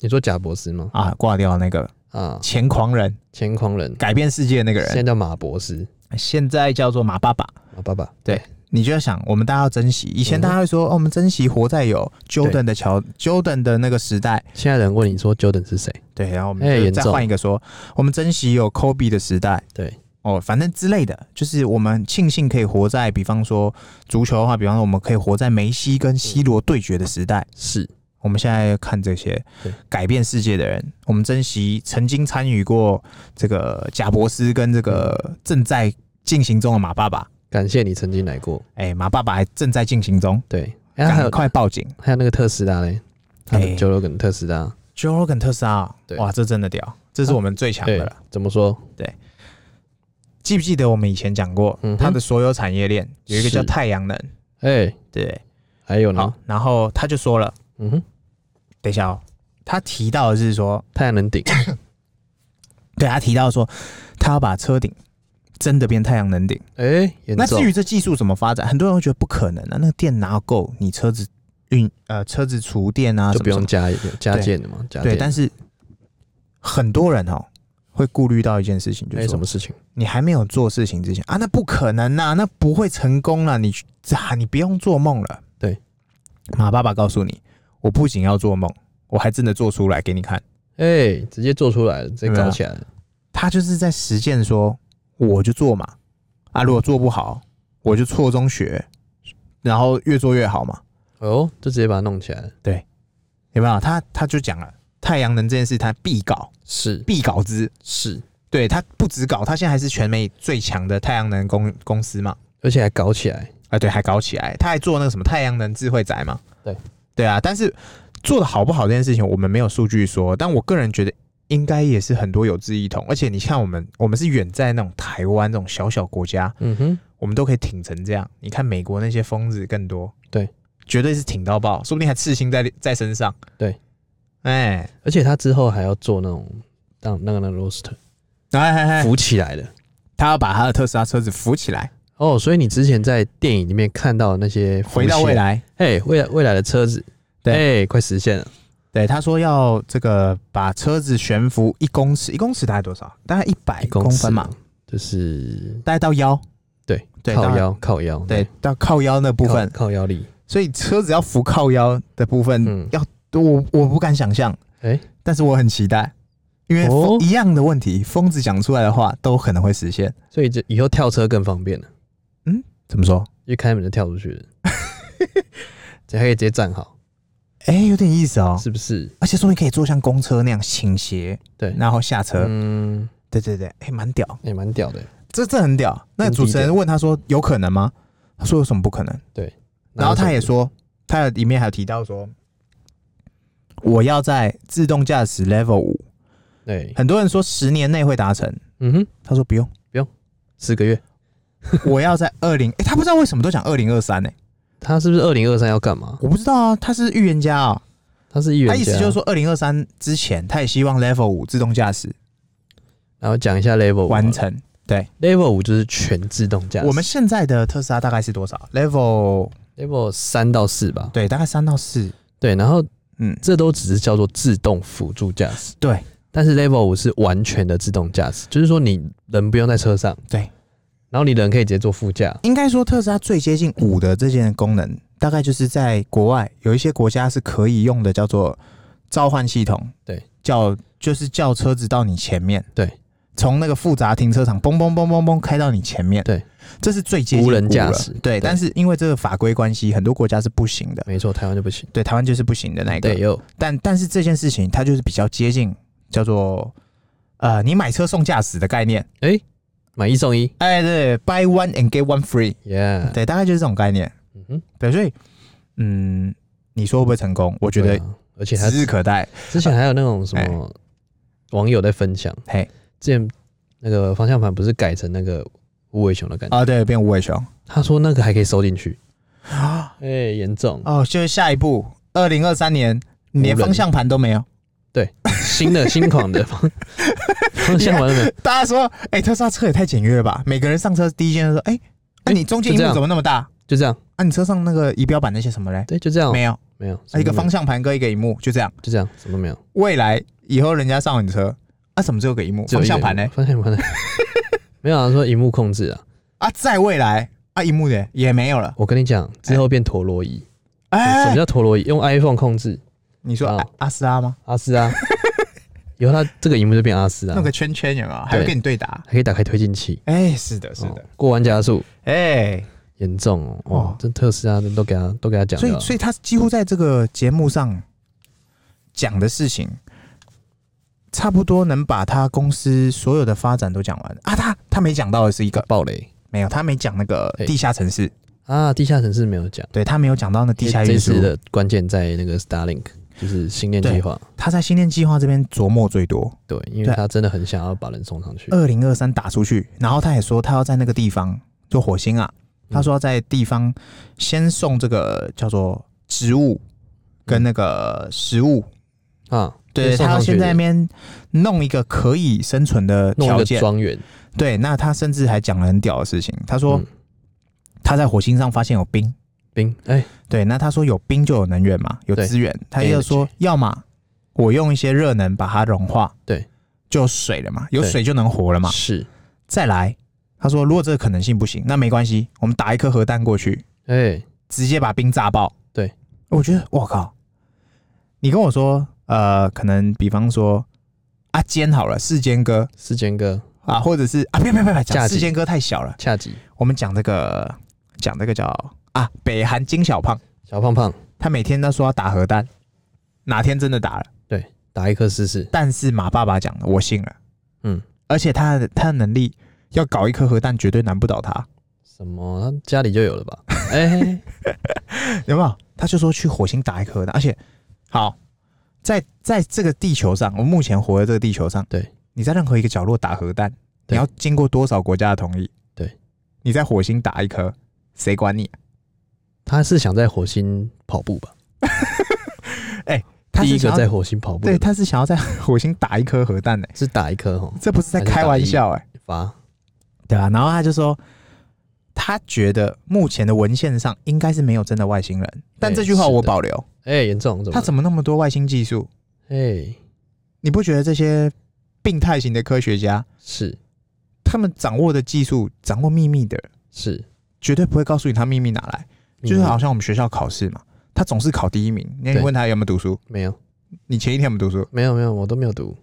Speaker 1: 你说贾博士吗？
Speaker 2: 啊！挂掉那个
Speaker 1: 啊，
Speaker 2: 前狂人，
Speaker 1: 前狂人，
Speaker 2: 改变世界的那个
Speaker 1: 现在
Speaker 2: 人，
Speaker 1: 叫马博士，
Speaker 2: 现在叫做马爸爸。
Speaker 1: 马爸爸，
Speaker 2: 对你就要想，我们大家要珍惜。以前大家会说，哦，我们珍惜活在有 Jordan 的桥，Jordan 的那个时代。
Speaker 1: 现在人问你说 Jordan 是谁？
Speaker 2: 对，然后我
Speaker 1: 哎
Speaker 2: 们就
Speaker 1: 严
Speaker 2: 再
Speaker 1: 重
Speaker 2: 换一个说，我们珍惜有 Kobe 的时代。
Speaker 1: 对，
Speaker 2: 哦，反正之类的，就是我们庆幸可以活在，比方说足球的话，比方说我们可以活在梅西跟 C 罗对决的时代。
Speaker 1: 是
Speaker 2: 我们现在看这些
Speaker 1: 对
Speaker 2: 改变世界的人，我们珍惜曾经参与过这个贾博斯跟这个正在进行中的马爸爸。
Speaker 1: 感谢你曾经来过，
Speaker 2: 哎、马爸爸还正在进行中，
Speaker 1: 对，然后还
Speaker 2: 赶
Speaker 1: 有
Speaker 2: 快报警！
Speaker 1: 还有那个特斯拉嘞，他的
Speaker 2: 哎
Speaker 1: Joe Rogan 特斯拉，
Speaker 2: Joe Rogan 特斯拉，啊
Speaker 1: 对
Speaker 2: 哇，这真的屌，这是我们最强的
Speaker 1: 对
Speaker 2: 了。，
Speaker 1: 怎么说？
Speaker 2: 记不记得我们以前讲过，
Speaker 1: 嗯哼
Speaker 2: 它的所有产业链有一个叫
Speaker 1: 是
Speaker 2: 太阳能，
Speaker 1: 哎，
Speaker 2: 对，
Speaker 1: 还有
Speaker 2: 好
Speaker 1: 呢，，
Speaker 2: 然后他就说了，
Speaker 1: 嗯哼，
Speaker 2: 等一下哦，他提到的是说，
Speaker 1: 太阳 能顶，
Speaker 2: 对他提到说，他要把车顶真的变太阳能顶。
Speaker 1: 哎，严
Speaker 2: 那至
Speaker 1: 重
Speaker 2: 于这技术怎么发展，很多人会觉得不可能啊，那个电哪有够你车子运呃车子厨电啊，
Speaker 1: 就
Speaker 2: 什
Speaker 1: 不
Speaker 2: 么什
Speaker 1: 用
Speaker 2: 么，
Speaker 1: 加加建的嘛，加
Speaker 2: 对，
Speaker 1: 建
Speaker 2: 但是很多人哦会顾虑到一件事情，就
Speaker 1: 还
Speaker 2: 是
Speaker 1: 有哎
Speaker 2: 说
Speaker 1: 什么事情？
Speaker 2: 你还没有做事情之前啊，那不可能呐、那不会成功了、你去啊，你不用做梦了。
Speaker 1: 对，
Speaker 2: 马爸爸告诉你，我不仅要做梦，我还真的做出来给你看。
Speaker 1: 哎，直接做出来了，直接搞起来
Speaker 2: 啊
Speaker 1: 了，
Speaker 2: 他就是在实践说，我就做嘛，啊，如果做不好，我就错中学，然后越做越好嘛，
Speaker 1: 哦，就直接把它弄起来了，
Speaker 2: 有没有？他他就讲了，太阳能这件事他必搞，
Speaker 1: 是
Speaker 2: 必搞之。
Speaker 1: 是，
Speaker 2: 对他不止搞，他现在还是全美最强的太阳能公公司嘛。
Speaker 1: 而且还搞起来，
Speaker 2: 啊，对，还搞起来，他还做那个什么太阳能智慧宅嘛。
Speaker 1: 对，
Speaker 2: 对啊，但是做的好不好这件事情，我们没有数据说，但我个人觉得应该也是很多有志一同。而且你看，我们我们是远在那种台湾这种小小国家，
Speaker 1: 嗯哼，
Speaker 2: 我们都可以挺成这样。你看美国那些疯子更多，
Speaker 1: 对，
Speaker 2: 绝对是挺到爆，说不定还刺青在在身上。
Speaker 1: 对，
Speaker 2: 哎，
Speaker 1: 而且他之后还要做那种让那个那个 roaster
Speaker 2: 哎哎哎，
Speaker 1: 浮起来的。
Speaker 2: 他要把他的特斯拉车子扶起来，
Speaker 1: 哦，所以你之前在电影里面看到的那些浮
Speaker 2: 回到未
Speaker 1: 现，
Speaker 2: 来。
Speaker 1: 哎，未来未来的车子，
Speaker 2: 对
Speaker 1: 哎，快实现了，
Speaker 2: 对，他说要这个把车子悬浮一公尺，一公尺大概多少？大概一百
Speaker 1: 一
Speaker 2: 哎公
Speaker 1: 尺
Speaker 2: 分嘛，，
Speaker 1: 就是
Speaker 2: 大概到腰，
Speaker 1: 对
Speaker 2: 对
Speaker 1: 靠
Speaker 2: 当然
Speaker 1: 腰靠腰，
Speaker 2: 对，到靠腰那部
Speaker 1: 靠
Speaker 2: 分，
Speaker 1: 靠腰力，
Speaker 2: 所以车子要扶靠腰的部分，
Speaker 1: 嗯
Speaker 2: 要我我不敢想象，
Speaker 1: 哎，
Speaker 2: 但是我很期待，因为
Speaker 1: 哦
Speaker 2: 疯一样的问题，疯子讲出来的话都可能会实现。
Speaker 1: 所以这以后跳车更方便了，
Speaker 2: 怎么说？
Speaker 1: 一开门就跳出去 了，这还可以直接站好，
Speaker 2: 哎、有点意思哦，
Speaker 1: 是不是？
Speaker 2: 而且说你可以坐像公车那样倾斜，
Speaker 1: 对
Speaker 2: 然后下车，
Speaker 1: 嗯，
Speaker 2: 对对对，哎、蛮屌，
Speaker 1: 也蛮屌的。
Speaker 2: 这这很屌。那
Speaker 1: 真
Speaker 2: 主
Speaker 1: 低
Speaker 2: 持人
Speaker 1: 调
Speaker 2: 问他说有可能吗？他说有什么不可能？然后他也说，他有里面还有提到说，我要在自动驾驶 Level 五，
Speaker 1: 对，
Speaker 2: 很多人说十年内会达成，
Speaker 1: 嗯哼，
Speaker 2: 他说 不用，
Speaker 1: 四个月，
Speaker 2: 我要在二零、欸，他不知道为什么都讲二零二三呢，
Speaker 1: 他是不是二零二三要干嘛？
Speaker 2: 我不知道啊，他是预言家啊、
Speaker 1: 他是议员，
Speaker 2: 他意思就是，说，二零二三之前，他也希望 Level 五自动驾驶
Speaker 1: 然后讲一下 Level 五
Speaker 2: 完成。
Speaker 1: Level 五就是全自动哦驾驶，
Speaker 2: 我们现在的特斯拉大概是多少？Level
Speaker 1: Level 三到四吧，
Speaker 2: 对，大概三到四。
Speaker 1: 对，然后
Speaker 2: 嗯，
Speaker 1: 这都只是叫做自动辅助驾驶，
Speaker 2: 对，
Speaker 1: 但是 Level 五是完全的自动驾驶，就是说你人不用在车上，
Speaker 2: 对，
Speaker 1: 然后你人可以直接坐副驾，
Speaker 2: 应该说特斯拉最接近五的这件功能，大概就是在国外有一些国家是可以用的，叫做召唤系统，
Speaker 1: 对，
Speaker 2: 叫就是叫车子到你前面，
Speaker 1: 对，
Speaker 2: 从那个复杂停车场嘣嘣嘣嘣嘣开到你前面，
Speaker 1: 对，
Speaker 2: 这是最接近
Speaker 1: 无人驾
Speaker 2: 五了
Speaker 1: 驶
Speaker 2: 对，
Speaker 1: 对
Speaker 2: 但是因为这个法规关系，很多国家是不行的，
Speaker 1: 没错，台湾就不行，
Speaker 2: 对，台湾就是不行的那一个，
Speaker 1: 对哟，
Speaker 2: 但但是这件事情它就是比较接近叫做呃，你买车送驾驶的概念，
Speaker 1: 买一送一
Speaker 2: 哎，对，buy one and get one free，
Speaker 1: ，Yeah，
Speaker 2: 对，大概就是这种概念。
Speaker 1: 嗯哼，
Speaker 2: 对，所以，嗯，你说会不会成功？我觉
Speaker 1: 对
Speaker 2: 得
Speaker 1: 啊而且还
Speaker 2: 指日可待。
Speaker 1: 之前还有那种什么网友在分享，
Speaker 2: 嘿，
Speaker 1: 之前那个方向盘不是改成那个无尾熊的感觉，
Speaker 2: 啊，对，变无尾熊。
Speaker 1: 他说那个还可以收进去，
Speaker 2: 啊
Speaker 1: 哎、严重，
Speaker 2: 哦，就是下一步，二零二三年，你连
Speaker 1: 无人
Speaker 2: 方向盘都没有。
Speaker 1: 新的新款的方 方向盘都没有，
Speaker 2: 大家说，哎、特斯拉车也太简约了吧？每个人上车第一件事说，哎、那、
Speaker 1: 哎
Speaker 2: 你中间
Speaker 1: 就
Speaker 2: 一
Speaker 1: 这
Speaker 2: 幕
Speaker 1: 样
Speaker 2: 怎么那么大？
Speaker 1: 就这样，
Speaker 2: 啊，你车上那个仪表板那些什么嘞？
Speaker 1: 对，就这样，
Speaker 2: 没有，
Speaker 1: 没有，
Speaker 2: 啊一
Speaker 1: 什么
Speaker 2: 个
Speaker 1: 都没有
Speaker 2: 方向盘跟一个荧幕，就这样。
Speaker 1: 就这样，什么都没有，
Speaker 2: 未来以后人家上你车，啊，什么只有个荧幕？
Speaker 1: 只有
Speaker 2: 方
Speaker 1: 一个
Speaker 2: 向盘
Speaker 1: 荧
Speaker 2: 嘞
Speaker 1: 幕？方向盘呢？ 没有啊，说荧幕控制啊，
Speaker 2: 啊，在未来啊，荧幕的也没有了。
Speaker 1: 我跟你讲，之后变陀螺仪，什
Speaker 2: 哎、
Speaker 1: 么叫陀螺仪？用 iPhone 控制
Speaker 2: 你说
Speaker 1: 哦
Speaker 2: 阿阿斯拉吗？
Speaker 1: 阿斯啊，以后它这个荧幕就变阿斯啊
Speaker 2: 弄，个圈圈有没有？还会
Speaker 1: 对
Speaker 2: 跟你对答？
Speaker 1: 还可以打开推进器，
Speaker 2: 哎、是的，是的。
Speaker 1: 哦过弯加速。
Speaker 2: 哎、
Speaker 1: 严重哦，
Speaker 2: 哇
Speaker 1: 哇！这特斯拉都给他都给他讲
Speaker 2: 所
Speaker 1: 掉
Speaker 2: 以
Speaker 1: 了，
Speaker 2: 所以他几乎在这个节目上讲的事情，差不多能把他公司所有的发展都讲完啊。他他没讲到的是一个
Speaker 1: 哦暴雷
Speaker 2: 没有，他没讲那个
Speaker 1: 嘿
Speaker 2: 地下城市，
Speaker 1: 啊！地下城市没有讲，
Speaker 2: 对他没有讲到那地下
Speaker 1: 这
Speaker 2: 运输
Speaker 1: 次。的关键在那个 Starlink，就是星链计划。
Speaker 2: 他在新店计划这边琢磨最多，
Speaker 1: 对，因
Speaker 2: 对呃
Speaker 1: 为他真的很想要把人送上去。
Speaker 2: 二零二三打出去，然后他也说他要在那个地方做火星啊，
Speaker 1: 嗯
Speaker 2: 他说要在地方先送这个叫做植物跟那个食物
Speaker 1: 啊，
Speaker 2: 对，
Speaker 1: 送
Speaker 2: 他要
Speaker 1: 上去
Speaker 2: 先在那
Speaker 1: 的
Speaker 2: 边弄一个可以生存的
Speaker 1: 弄一
Speaker 2: 条
Speaker 1: 个
Speaker 2: 件。
Speaker 1: 庄园，
Speaker 2: 对，那他甚至还讲了很屌的事情，他说
Speaker 1: 嗯
Speaker 2: 他在火星上发现有冰。
Speaker 1: 冰哎，
Speaker 2: 对，那他说有冰就有能源嘛，有
Speaker 1: 对
Speaker 2: 资源。他又
Speaker 1: energy
Speaker 2: 说，要么我用一些热能把它融化，
Speaker 1: 对，
Speaker 2: 就有水了嘛，有
Speaker 1: 对
Speaker 2: 水就能活了嘛。
Speaker 1: 是
Speaker 2: 再来，他说如果这个可能性不行，那没关系，我们打一颗核弹过去，
Speaker 1: 哎，
Speaker 2: 直接把冰炸爆。
Speaker 1: 对，
Speaker 2: 我觉得我靠，你跟我说，呃，可能比方说阿坚好了，世坚哥
Speaker 1: 世间哥
Speaker 2: 啊，或者是啊，别别别别，讲
Speaker 1: 价值
Speaker 2: 世坚哥太小了，
Speaker 1: 恰吉
Speaker 2: 我们讲这个讲这个叫啊，北韩金小胖，
Speaker 1: 小胖胖
Speaker 2: 他每天都说要打核弹，哪天真的打了？
Speaker 1: 打一颗试试，
Speaker 2: 但是马爸爸讲的，我信了，
Speaker 1: 嗯，
Speaker 2: 而且他的他的能力要搞一颗核弹，绝对难不倒他，
Speaker 1: 什么他家里就有了吧？ 哎，
Speaker 2: 有没有？他就说去火星打一颗核弹，而且好，在在这个地球上，我们目前活在这个地球上，
Speaker 1: 对，
Speaker 2: 你在任何一个角落打核弹，你
Speaker 1: 对
Speaker 2: 要经过多少国家的同意？
Speaker 1: 对，
Speaker 2: 你在火星打一颗，谁管你啊、
Speaker 1: 他是想在火星跑步吧？
Speaker 2: 他是
Speaker 1: 第一个
Speaker 2: 想要
Speaker 1: 在火星跑步
Speaker 2: 对，，他是想要在 火星打一颗核弹呢、
Speaker 1: 是打一颗哈，
Speaker 2: 这不是在开玩笑哎、
Speaker 1: 罚
Speaker 2: 对啊，然后他就说，他觉得目前的文献上应该是没有真的外星人，但这句话
Speaker 1: 是的
Speaker 2: 我保留。
Speaker 1: 哎，严重怎么
Speaker 2: 他
Speaker 1: 了？
Speaker 2: 怎么那么多外星技术？
Speaker 1: 哎
Speaker 2: 你不觉得这些病态型的科学家，
Speaker 1: 是
Speaker 2: 他们掌握的技术、掌握秘密的，
Speaker 1: 是，
Speaker 2: 绝对不会告诉你他秘密哪来？就是
Speaker 1: 嗯
Speaker 2: 好像我们学校考试嘛，他总是考第一名，那你
Speaker 1: 对
Speaker 2: 问他有没有读书？
Speaker 1: 没有。
Speaker 2: 你前一天有没有读书？
Speaker 1: 没有没有，我都没有读。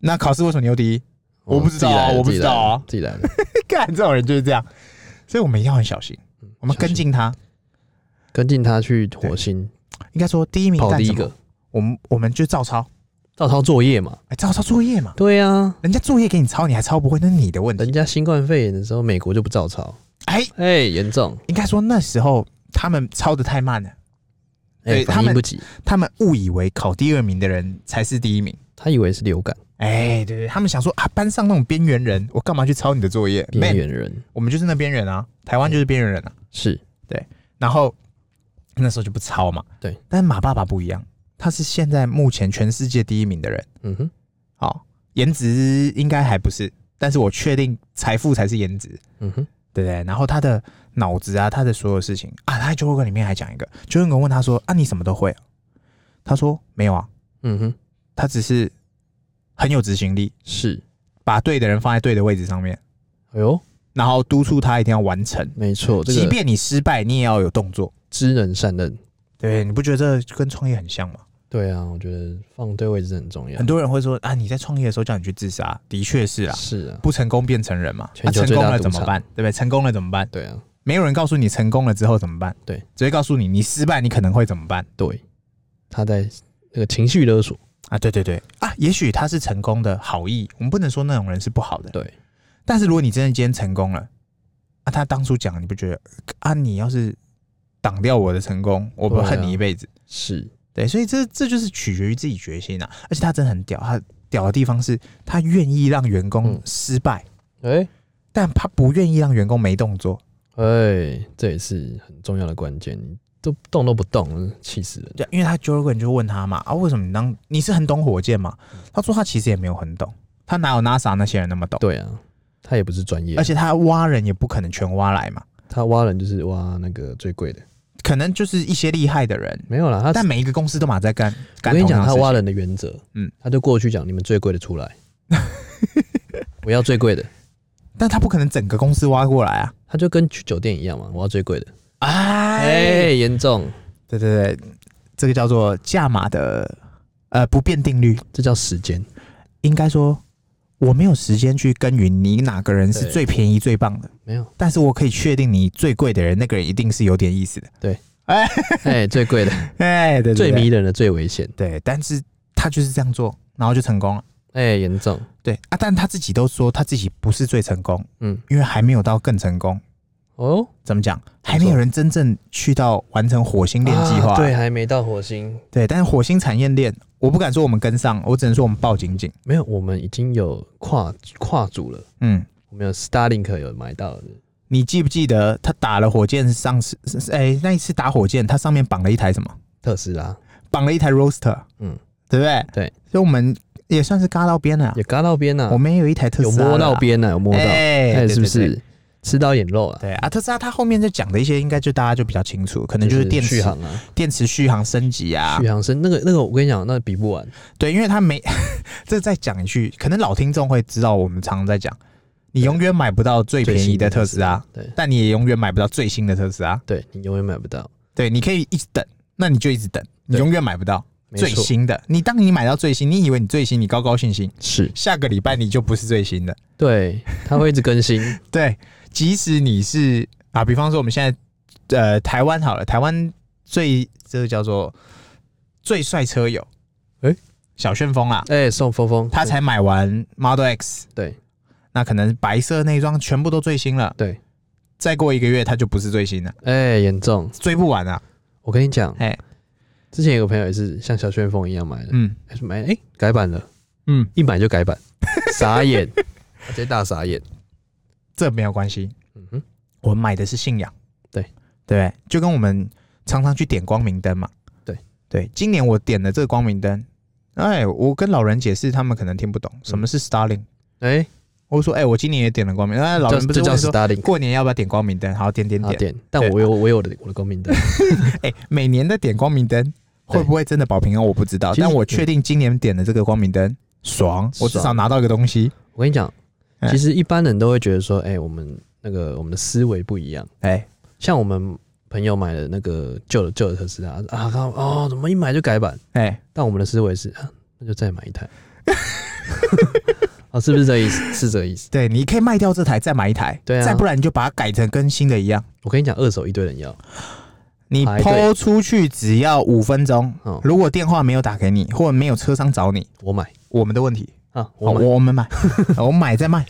Speaker 2: 那考试为什么你又第一？ 我
Speaker 1: 哦
Speaker 2: 不知道啊我不知道啊，
Speaker 1: 自己来的自己来的，
Speaker 2: 干这种人就是这样，所以我们要很小心，
Speaker 1: 嗯
Speaker 2: 我们跟，
Speaker 1: 小心
Speaker 2: 进他。
Speaker 1: 跟进他 去火星
Speaker 2: 应该说第一名
Speaker 1: 跑
Speaker 2: 干
Speaker 1: 第一
Speaker 2: 什么？
Speaker 1: 个，
Speaker 2: 我们我们就照抄，
Speaker 1: 照抄作业嘛。
Speaker 2: 哎，照抄作业嘛。
Speaker 1: 对啊，
Speaker 2: 人家作业给你抄，你还抄不会，那是你的问题。
Speaker 1: 人家新冠肺炎的时候，美国就不照抄，
Speaker 2: 哎，
Speaker 1: 哎，严重，
Speaker 2: 应该说那时候他们抄的太慢了，对
Speaker 1: 哎，
Speaker 2: 他
Speaker 1: 反
Speaker 2: 们
Speaker 1: 应不及，
Speaker 2: 他们误以为考第二名的人才是第一名。
Speaker 1: 他以为是流感，
Speaker 2: 哎，对对，他们想说啊，班上那种边缘人，我干嘛去抄你的作业？
Speaker 1: 边
Speaker 2: Man，
Speaker 1: 缘人
Speaker 2: 我们就是那边缘啊，台湾就是边缘人啊。
Speaker 1: 是
Speaker 2: 然后那时候就不超嘛。
Speaker 1: 对，
Speaker 2: 但是马爸爸不一样，他是现在目前全世界第一名的人。
Speaker 1: 嗯哼，
Speaker 2: 好，颜值应该还不是，但是我确定财富才是颜值，
Speaker 1: 嗯哼，
Speaker 2: 对不对？然后他的脑子啊，他的所有事情啊，他在 j o k e 里面还讲一个 j o k e 问他说：“啊，你什么都会、啊？”他说：“没有啊，
Speaker 1: 嗯哼，
Speaker 2: 他只是很有执行力，
Speaker 1: 是，
Speaker 2: 把对的人放在对的位置上面，
Speaker 1: 哎呦，
Speaker 2: 然后督促他一定要完成。
Speaker 1: 没错，这
Speaker 2: 即
Speaker 1: 个
Speaker 2: 便你失败，你也要有动作。
Speaker 1: 知人善任。
Speaker 2: 对，你不觉得这跟创业很像吗？
Speaker 1: 对啊，我觉得放对位置很重要。
Speaker 2: 很多人会说啊，你在创业的时候叫你去自杀，的确是啊，
Speaker 1: 是啊，
Speaker 2: 不成功便成人嘛。
Speaker 1: 全球
Speaker 2: 啊、成
Speaker 1: 最
Speaker 2: 功
Speaker 1: 大
Speaker 2: 了
Speaker 1: 赌
Speaker 2: 怎么
Speaker 1: 场
Speaker 2: 办？对不对？成功了怎么办？
Speaker 1: 对啊，
Speaker 2: 没有人告诉你成功了之后怎么办，
Speaker 1: 对，
Speaker 2: 只会告诉你你失败，你可能会怎么办
Speaker 1: 对，他在那个情绪勒索，
Speaker 2: 啊？对对对啊，也许他是成功的好意，我们不能说那种人是不好的，
Speaker 1: 对。
Speaker 2: 但是如果你真的今天成功了，啊，他当初讲你不觉得啊？你要是挡掉我的成功，我不
Speaker 1: 对啊
Speaker 2: 恨你一辈子。
Speaker 1: 是，
Speaker 2: 对，所以这这就是取决于自己决心啊。而且他真的很屌，他屌的地方是他愿意让员工
Speaker 1: 嗯
Speaker 2: 失败，
Speaker 1: 哎
Speaker 2: 但他不愿意让员工没动作。
Speaker 1: 哎，这也是很重要的关键，你都动都不动，气死人。
Speaker 2: 对，因为他 Jorgen 就问他嘛，啊，为什么你当你是很懂火箭嘛？他说他其实也没有很懂，他哪有 NASA 那些人那么懂，
Speaker 1: 对啊，他也不是专业，
Speaker 2: 而且他挖人也不可能全挖来嘛，
Speaker 1: 他挖人就是挖那个最贵的，
Speaker 2: 可能就是一些厉害的人。
Speaker 1: 没有啦，他
Speaker 2: 但每一个公司都马在干，
Speaker 1: 啊我
Speaker 2: 干
Speaker 1: 跟你
Speaker 2: 同
Speaker 1: 讲，
Speaker 2: 样的
Speaker 1: 他
Speaker 2: 事情
Speaker 1: 挖人的原则，
Speaker 2: 嗯
Speaker 1: 嗯，他就过去讲，你们最贵的出 来，我要最贵的，
Speaker 2: 但他不可能整个公司挖过来啊！
Speaker 1: 他就跟去酒店一样嘛，我要最贵的，
Speaker 2: 哎，
Speaker 1: 哎，严重，
Speaker 2: 对对对，这个叫做价码的呃不变定律。
Speaker 1: 这叫时间，
Speaker 2: 应该说，我没有时间去耕耘你哪个人是
Speaker 1: 对
Speaker 2: 最便宜最棒的，
Speaker 1: 没 有，
Speaker 2: 但是我可以确定你最贵的人，那个人一定是有点意思的。
Speaker 1: 哎，最贵的，
Speaker 2: 哎，对对
Speaker 1: 最
Speaker 2: 对
Speaker 1: 迷人的，最危险，
Speaker 2: 对，但是他就是这样做，然后就成功了。
Speaker 1: 哎，严重，
Speaker 2: 对啊，但他自己都说他自己不是最成功，
Speaker 1: 嗯，
Speaker 2: 因为还没有到更成功。
Speaker 1: 哦，
Speaker 2: 怎么讲？
Speaker 1: 怎么说
Speaker 2: 还没有人真正去到完成火星链计划。
Speaker 1: 啊对，还没到火星，
Speaker 2: 对，但是火星产业链，我不敢说我们跟上，我只能说我们抱紧紧。
Speaker 1: 没有，我们已经有跨跨组了，
Speaker 2: 嗯，
Speaker 1: 我们有 Starlink 有买到的，
Speaker 2: 你记不记得他打了火箭上次？哎、那一次打火箭，他上面绑了一台什么？
Speaker 1: 特斯拉
Speaker 2: 绑了一台 Roaster，
Speaker 1: 嗯，
Speaker 2: 对不对？
Speaker 1: 对，
Speaker 2: 所以我们也算是嘎到边了啊、
Speaker 1: 也嘎到边了
Speaker 2: 我，们也有一台特
Speaker 1: 有
Speaker 2: 斯拉了
Speaker 1: 摸
Speaker 2: 啊，
Speaker 1: 到边了，有摸到，
Speaker 2: 哎
Speaker 1: 哎，是不
Speaker 2: 对对对
Speaker 1: 是吃到眼肉了？
Speaker 2: 对啊，特斯拉它后面在讲的一些，应该就大家就比较清楚，可能就是电池、
Speaker 1: 续、航啊，
Speaker 2: 电池续航升级啊。
Speaker 1: 续航生那个那个，我跟你讲，那比不完。
Speaker 2: 对，因为它没 这再讲一句，可能老听众会知道，我们常常在讲，你永远买不到最便宜的特斯
Speaker 1: 最
Speaker 2: 拉，
Speaker 1: 新的特斯拉，
Speaker 2: 但你也永远买不到最新的特斯拉。
Speaker 1: 对对，你永远买不到，
Speaker 2: 对，你可以一直等，那你就一直等，你
Speaker 1: 对
Speaker 2: 永远买不到
Speaker 1: 没
Speaker 2: 最
Speaker 1: 错，
Speaker 2: 新的。你当你买到最新，你以为你最新，你高高兴兴，
Speaker 1: 是
Speaker 2: 下个礼拜你就不是最新的。
Speaker 1: 对，它会一直更 新，
Speaker 2: 对，即使你是啊，比方说我们现在呃台湾好了，台湾最这个叫做最帅车友，
Speaker 1: 诶
Speaker 2: 小旋风啊，
Speaker 1: 哎，送峰峰，
Speaker 2: 他才买完 Model X，
Speaker 1: 对
Speaker 2: 那可能白色内装全部都最新了，
Speaker 1: 对，
Speaker 2: 再过一个月它就不是最新了，
Speaker 1: 哎，严重。
Speaker 2: 追不完啊，
Speaker 1: 我跟你讲，
Speaker 2: 哎，
Speaker 1: 之前有个朋友也是像小旋风一样买的，
Speaker 2: 嗯
Speaker 1: 还是买哎改版了，
Speaker 2: 嗯，
Speaker 1: 一买就改 版，傻眼，直接大傻眼。
Speaker 2: 这没有关系，
Speaker 1: 嗯哼，
Speaker 2: 我买的是信仰，
Speaker 1: 对
Speaker 2: 对，就跟我们常常去点光明灯嘛，
Speaker 1: 对
Speaker 2: 对，今年我点的这个光明灯，哎，我跟老人解释，他们可能听不懂
Speaker 1: 嗯
Speaker 2: 什么是 Starling，、
Speaker 1: 哎，
Speaker 2: 我说哎、我今年也点了光明，哎，老
Speaker 1: 这
Speaker 2: 人不是
Speaker 1: 这叫
Speaker 2: 问说
Speaker 1: Starlink
Speaker 2: 过年要不要点光明灯，好点点
Speaker 1: 啊
Speaker 2: 点，
Speaker 1: 点，但我有我有我的我的光明 灯，
Speaker 2: 哎、每年的点光明灯会不会真的保平安？我不知道，
Speaker 1: 其实
Speaker 2: 但我确定今年点的这个光明灯爽，我至少
Speaker 1: 爽
Speaker 2: 拿到一个东西。
Speaker 1: 我跟你讲
Speaker 2: 哎，
Speaker 1: 其实一般人都会觉得说，哎、我们那个我们的思维不一样。
Speaker 2: 哎、
Speaker 1: 像我们朋友买的那个旧的旧的特斯拉啊，看哦，怎么一买就改版？
Speaker 2: 哎、
Speaker 1: 但我们的思维是，啊、那就再买一台。 哦，是不是这意思？是这意思。
Speaker 2: 对，你可以卖掉这台，再买一台，
Speaker 1: 对啊
Speaker 2: 再不然你就把它改成跟新的一样。
Speaker 1: 我跟你讲，二手一堆人要，
Speaker 2: 你
Speaker 1: 排队
Speaker 2: 抛出去只要五分钟，
Speaker 1: 哦
Speaker 2: 如果电话没有打给你，或者没有车商找你，
Speaker 1: 我买
Speaker 2: 我们的问题，
Speaker 1: 啊，
Speaker 2: 我
Speaker 1: 我买
Speaker 2: 我 们买，我买再卖，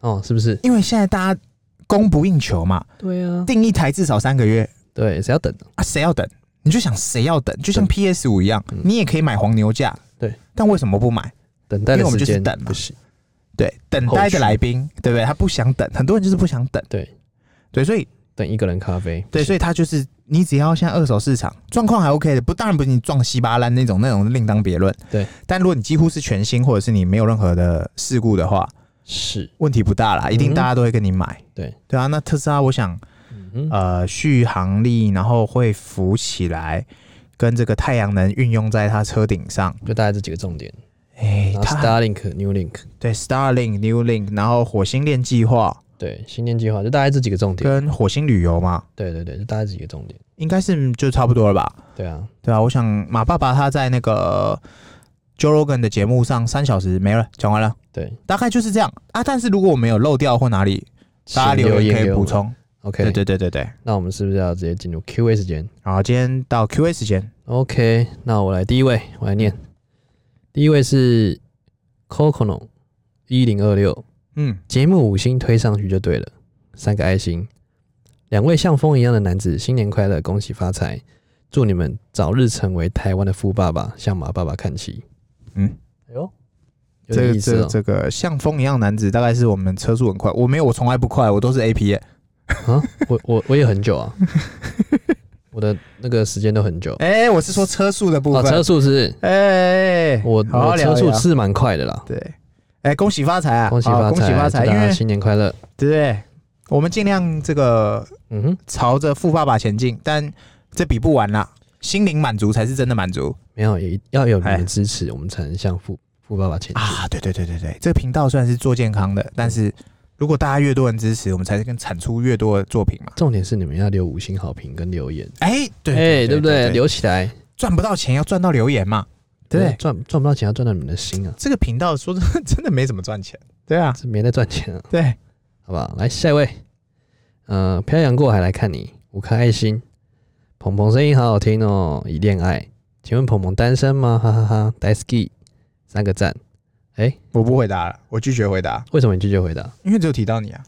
Speaker 1: 哦，是不是？
Speaker 2: 因为现在大家供不应求嘛，
Speaker 1: 对啊，
Speaker 2: 订一台至少三个月
Speaker 1: 对，谁要等啊？
Speaker 2: 啊，谁要等？你就想谁要等，就像 PS 五一样，你也可以买黄牛价，
Speaker 1: 嗯对，
Speaker 2: 但为什么不买？
Speaker 1: 等待
Speaker 2: 因为
Speaker 1: 的
Speaker 2: 我们
Speaker 1: 时
Speaker 2: 就是
Speaker 1: 间
Speaker 2: 等嘛
Speaker 1: 不行。
Speaker 2: 对，等
Speaker 1: 后
Speaker 2: 待的
Speaker 1: 续
Speaker 2: 来宾，对不对？他不想等，很多人就是不想等，
Speaker 1: 对，
Speaker 2: 对，所以
Speaker 1: 等一个人咖啡。
Speaker 2: 对，所
Speaker 1: 以
Speaker 2: 以他就是你只要现在二手市场状况还 OK 的，不当然不是你撞稀巴烂那种，那种另当别论。
Speaker 1: 对，
Speaker 2: 但如果你几乎是全新，或者是你没有任何的事故的话，
Speaker 1: 是，
Speaker 2: 问题不大啦，一定
Speaker 1: 嗯
Speaker 2: 大家都会跟你买。
Speaker 1: 对，
Speaker 2: 对啊，那特斯拉我想
Speaker 1: 嗯哼，
Speaker 2: 呃续航力，然后会浮起来，跟这个太阳能运用在它车顶上。
Speaker 1: 就大概这几个重点。
Speaker 2: 哎、
Speaker 1: 然后
Speaker 2: 它
Speaker 1: Starlink、New Link，
Speaker 2: 对 Starlink、New Link，然后火星链计划
Speaker 1: 对，新年计划就大概这几个重点。
Speaker 2: 跟火星旅游嘛，
Speaker 1: 对对对，就大概这几个重点。
Speaker 2: 应该是就差不多了吧？
Speaker 1: 对啊，
Speaker 2: 对啊，我想马爸爸他在那个 Joe Rogan 的节目上三小时没了，讲完了，
Speaker 1: 对，
Speaker 2: 大概就是这样啊。但是如果我们有漏掉或哪里，大家
Speaker 1: 请
Speaker 2: 留言可
Speaker 1: 给
Speaker 2: 以
Speaker 1: 我
Speaker 2: 补
Speaker 1: 们。
Speaker 2: 充。
Speaker 1: OK，
Speaker 2: 对对对对对。
Speaker 1: 那我们是不是要直接进入 Q&A 时间
Speaker 2: 好，今天到 Q&A 时间，
Speaker 1: ？OK，那我来第一位，我来念。第一位是 Cocono 一零二六，
Speaker 2: 嗯，
Speaker 1: 节目五星推上去就对了，三个爱心。两位像风一样的男子，新年快乐，恭喜发财，祝你们早日成为台湾的富爸爸，向马爸爸看齐。
Speaker 2: 嗯，
Speaker 1: 哎呦，有
Speaker 2: 这
Speaker 1: 点
Speaker 2: 个
Speaker 1: 意
Speaker 2: 这
Speaker 1: 思
Speaker 2: 个
Speaker 1: 哦、
Speaker 2: 这个像风一样男子，大概是我们车速很快，我没有，我从来不快，我都是 A P
Speaker 1: 啊，我我我也很久啊，我的那个时间都很久。
Speaker 2: 哎、我是说车速的部
Speaker 1: 哦，
Speaker 2: 分。
Speaker 1: 车速是
Speaker 2: 哎、哎哎
Speaker 1: 我
Speaker 2: 好好
Speaker 1: 我车
Speaker 2: 聊一
Speaker 1: 速
Speaker 2: 聊
Speaker 1: 是蛮快的啦。
Speaker 2: 对，哎、恭喜发财啊！
Speaker 1: 哦恭喜
Speaker 2: 好
Speaker 1: 发财，
Speaker 2: 恭喜发财！
Speaker 1: 祝
Speaker 2: 因
Speaker 1: 大家
Speaker 2: 为
Speaker 1: 新年快乐。
Speaker 2: 对不对？我们尽量这个
Speaker 1: 嗯哼，
Speaker 2: 朝着富爸爸前进，但这比不完啦，心灵满足才是真的满足
Speaker 1: 没有也要有你
Speaker 2: 哎
Speaker 1: 们支持，我们才能向富富爸爸前进。
Speaker 2: 啊！对对对对对，这个频道虽然是做健康的，但是如果大家越多人支持，我们才能产出越多的作品嘛。
Speaker 1: 重点是你们要留五星好评跟留言，
Speaker 2: 哎，对，
Speaker 1: 哎，对
Speaker 2: 对
Speaker 1: 不对？留起来，
Speaker 2: 赚不到钱要赚到留言嘛，对不对？
Speaker 1: 赚赚不到钱要赚到你们的心啊，
Speaker 2: 这个频道说真的真的没怎么赚钱，对啊，
Speaker 1: 这没在赚钱啊，
Speaker 2: 对，
Speaker 1: 好不好？来下一位，呃，漂洋过海来看你，五颗爱心，鹏鹏声音好好听哦，已恋爱，请问鹏鹏单身吗？哈哈哈 d a s k y 三个赞，哎
Speaker 2: 我不回答了，我拒绝回答，
Speaker 1: 为什么你拒绝回答？
Speaker 2: 因为只有提到你啊。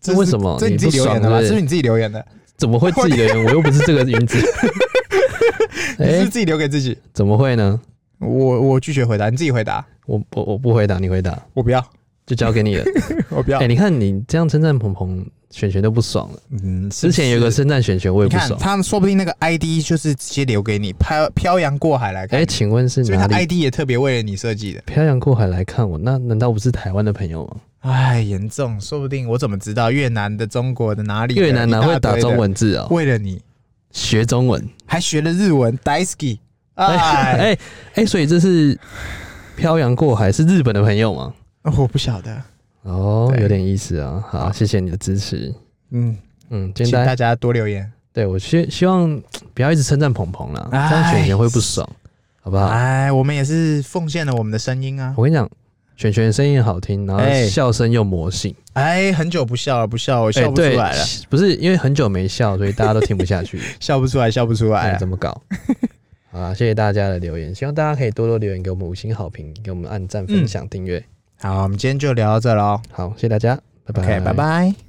Speaker 1: 这
Speaker 2: 是
Speaker 1: 为什么
Speaker 2: 这你
Speaker 1: 你
Speaker 2: 自己
Speaker 1: 不
Speaker 2: 留
Speaker 1: 爽
Speaker 2: 言的吧？
Speaker 1: 对不对
Speaker 2: 是不是你自己留言的？
Speaker 1: 怎么会自己留言？我又不是这个云子，
Speaker 2: 你
Speaker 1: 哎、
Speaker 2: 是不是自己留给自己？
Speaker 1: 怎么会呢？
Speaker 2: 我我拒绝回答，你自己回答，
Speaker 1: 我我我不回答，你回答，
Speaker 2: 我不要，
Speaker 1: 就交给你了。
Speaker 2: 我不
Speaker 1: 哎、
Speaker 2: 要。
Speaker 1: 你看你这样称赞鹏鹏，选学都不爽了。
Speaker 2: 嗯，
Speaker 1: 之前有个
Speaker 2: 是
Speaker 1: 称赞选学，我
Speaker 2: 不
Speaker 1: 也
Speaker 2: 是，
Speaker 1: 不
Speaker 2: 你看
Speaker 1: 爽。
Speaker 2: 他们说不定那个 ID 就是直接留给你，漂漂洋过海来
Speaker 1: 哎、
Speaker 2: 看你，
Speaker 1: 请问是
Speaker 2: 所以
Speaker 1: 哪
Speaker 2: 他
Speaker 1: 里
Speaker 2: ID 也特别为了你设计的。
Speaker 1: 漂洋过海来看我？那难道不是台湾的朋友吗？
Speaker 2: 哎，严重，说不定我怎么知道越南的、中国的哪里的、
Speaker 1: 越南哪
Speaker 2: 一大
Speaker 1: 会打
Speaker 2: 堆的
Speaker 1: 中？文字哦？
Speaker 2: 为了你
Speaker 1: 学中文。
Speaker 2: 还学了日文 d a i s k y
Speaker 1: 哎
Speaker 2: 哎，
Speaker 1: 哎哎，所以这是漂洋过海是日本的朋友吗？
Speaker 2: 我不晓得。
Speaker 1: 哦，
Speaker 2: 对
Speaker 1: 有点意思啊。好，谢谢你的支持。
Speaker 2: 嗯，
Speaker 1: 嗯，今
Speaker 2: 请
Speaker 1: 天大家
Speaker 2: 大家多留言。
Speaker 1: 对我希希望不要一直称赞鹏鹏啦，这样
Speaker 2: 哎
Speaker 1: 选选会不爽，好不好？
Speaker 2: 哎，我们也是奉献了我们的声音啊。
Speaker 1: 我跟你讲，璇璇声音好听，然
Speaker 2: 哎
Speaker 1: 后笑声又魔性，
Speaker 2: 哎，很久不笑了，不笑，我
Speaker 1: 哎
Speaker 2: 笑不出
Speaker 1: 对
Speaker 2: 来了，，
Speaker 1: 不是因为很久没笑，所以大家都听不下 去，
Speaker 2: 笑不出来，笑不出来
Speaker 1: 哎，
Speaker 2: 了。
Speaker 1: 怎么 搞？好啦，谢谢大家的留言，希望大家可以多多留言给我们五星好评，
Speaker 2: 嗯
Speaker 1: 给我们按赞、分享、订阅。
Speaker 2: 好，我们今天就聊到这喽。
Speaker 1: 好，谢谢大家，拜拜
Speaker 2: OK，拜拜。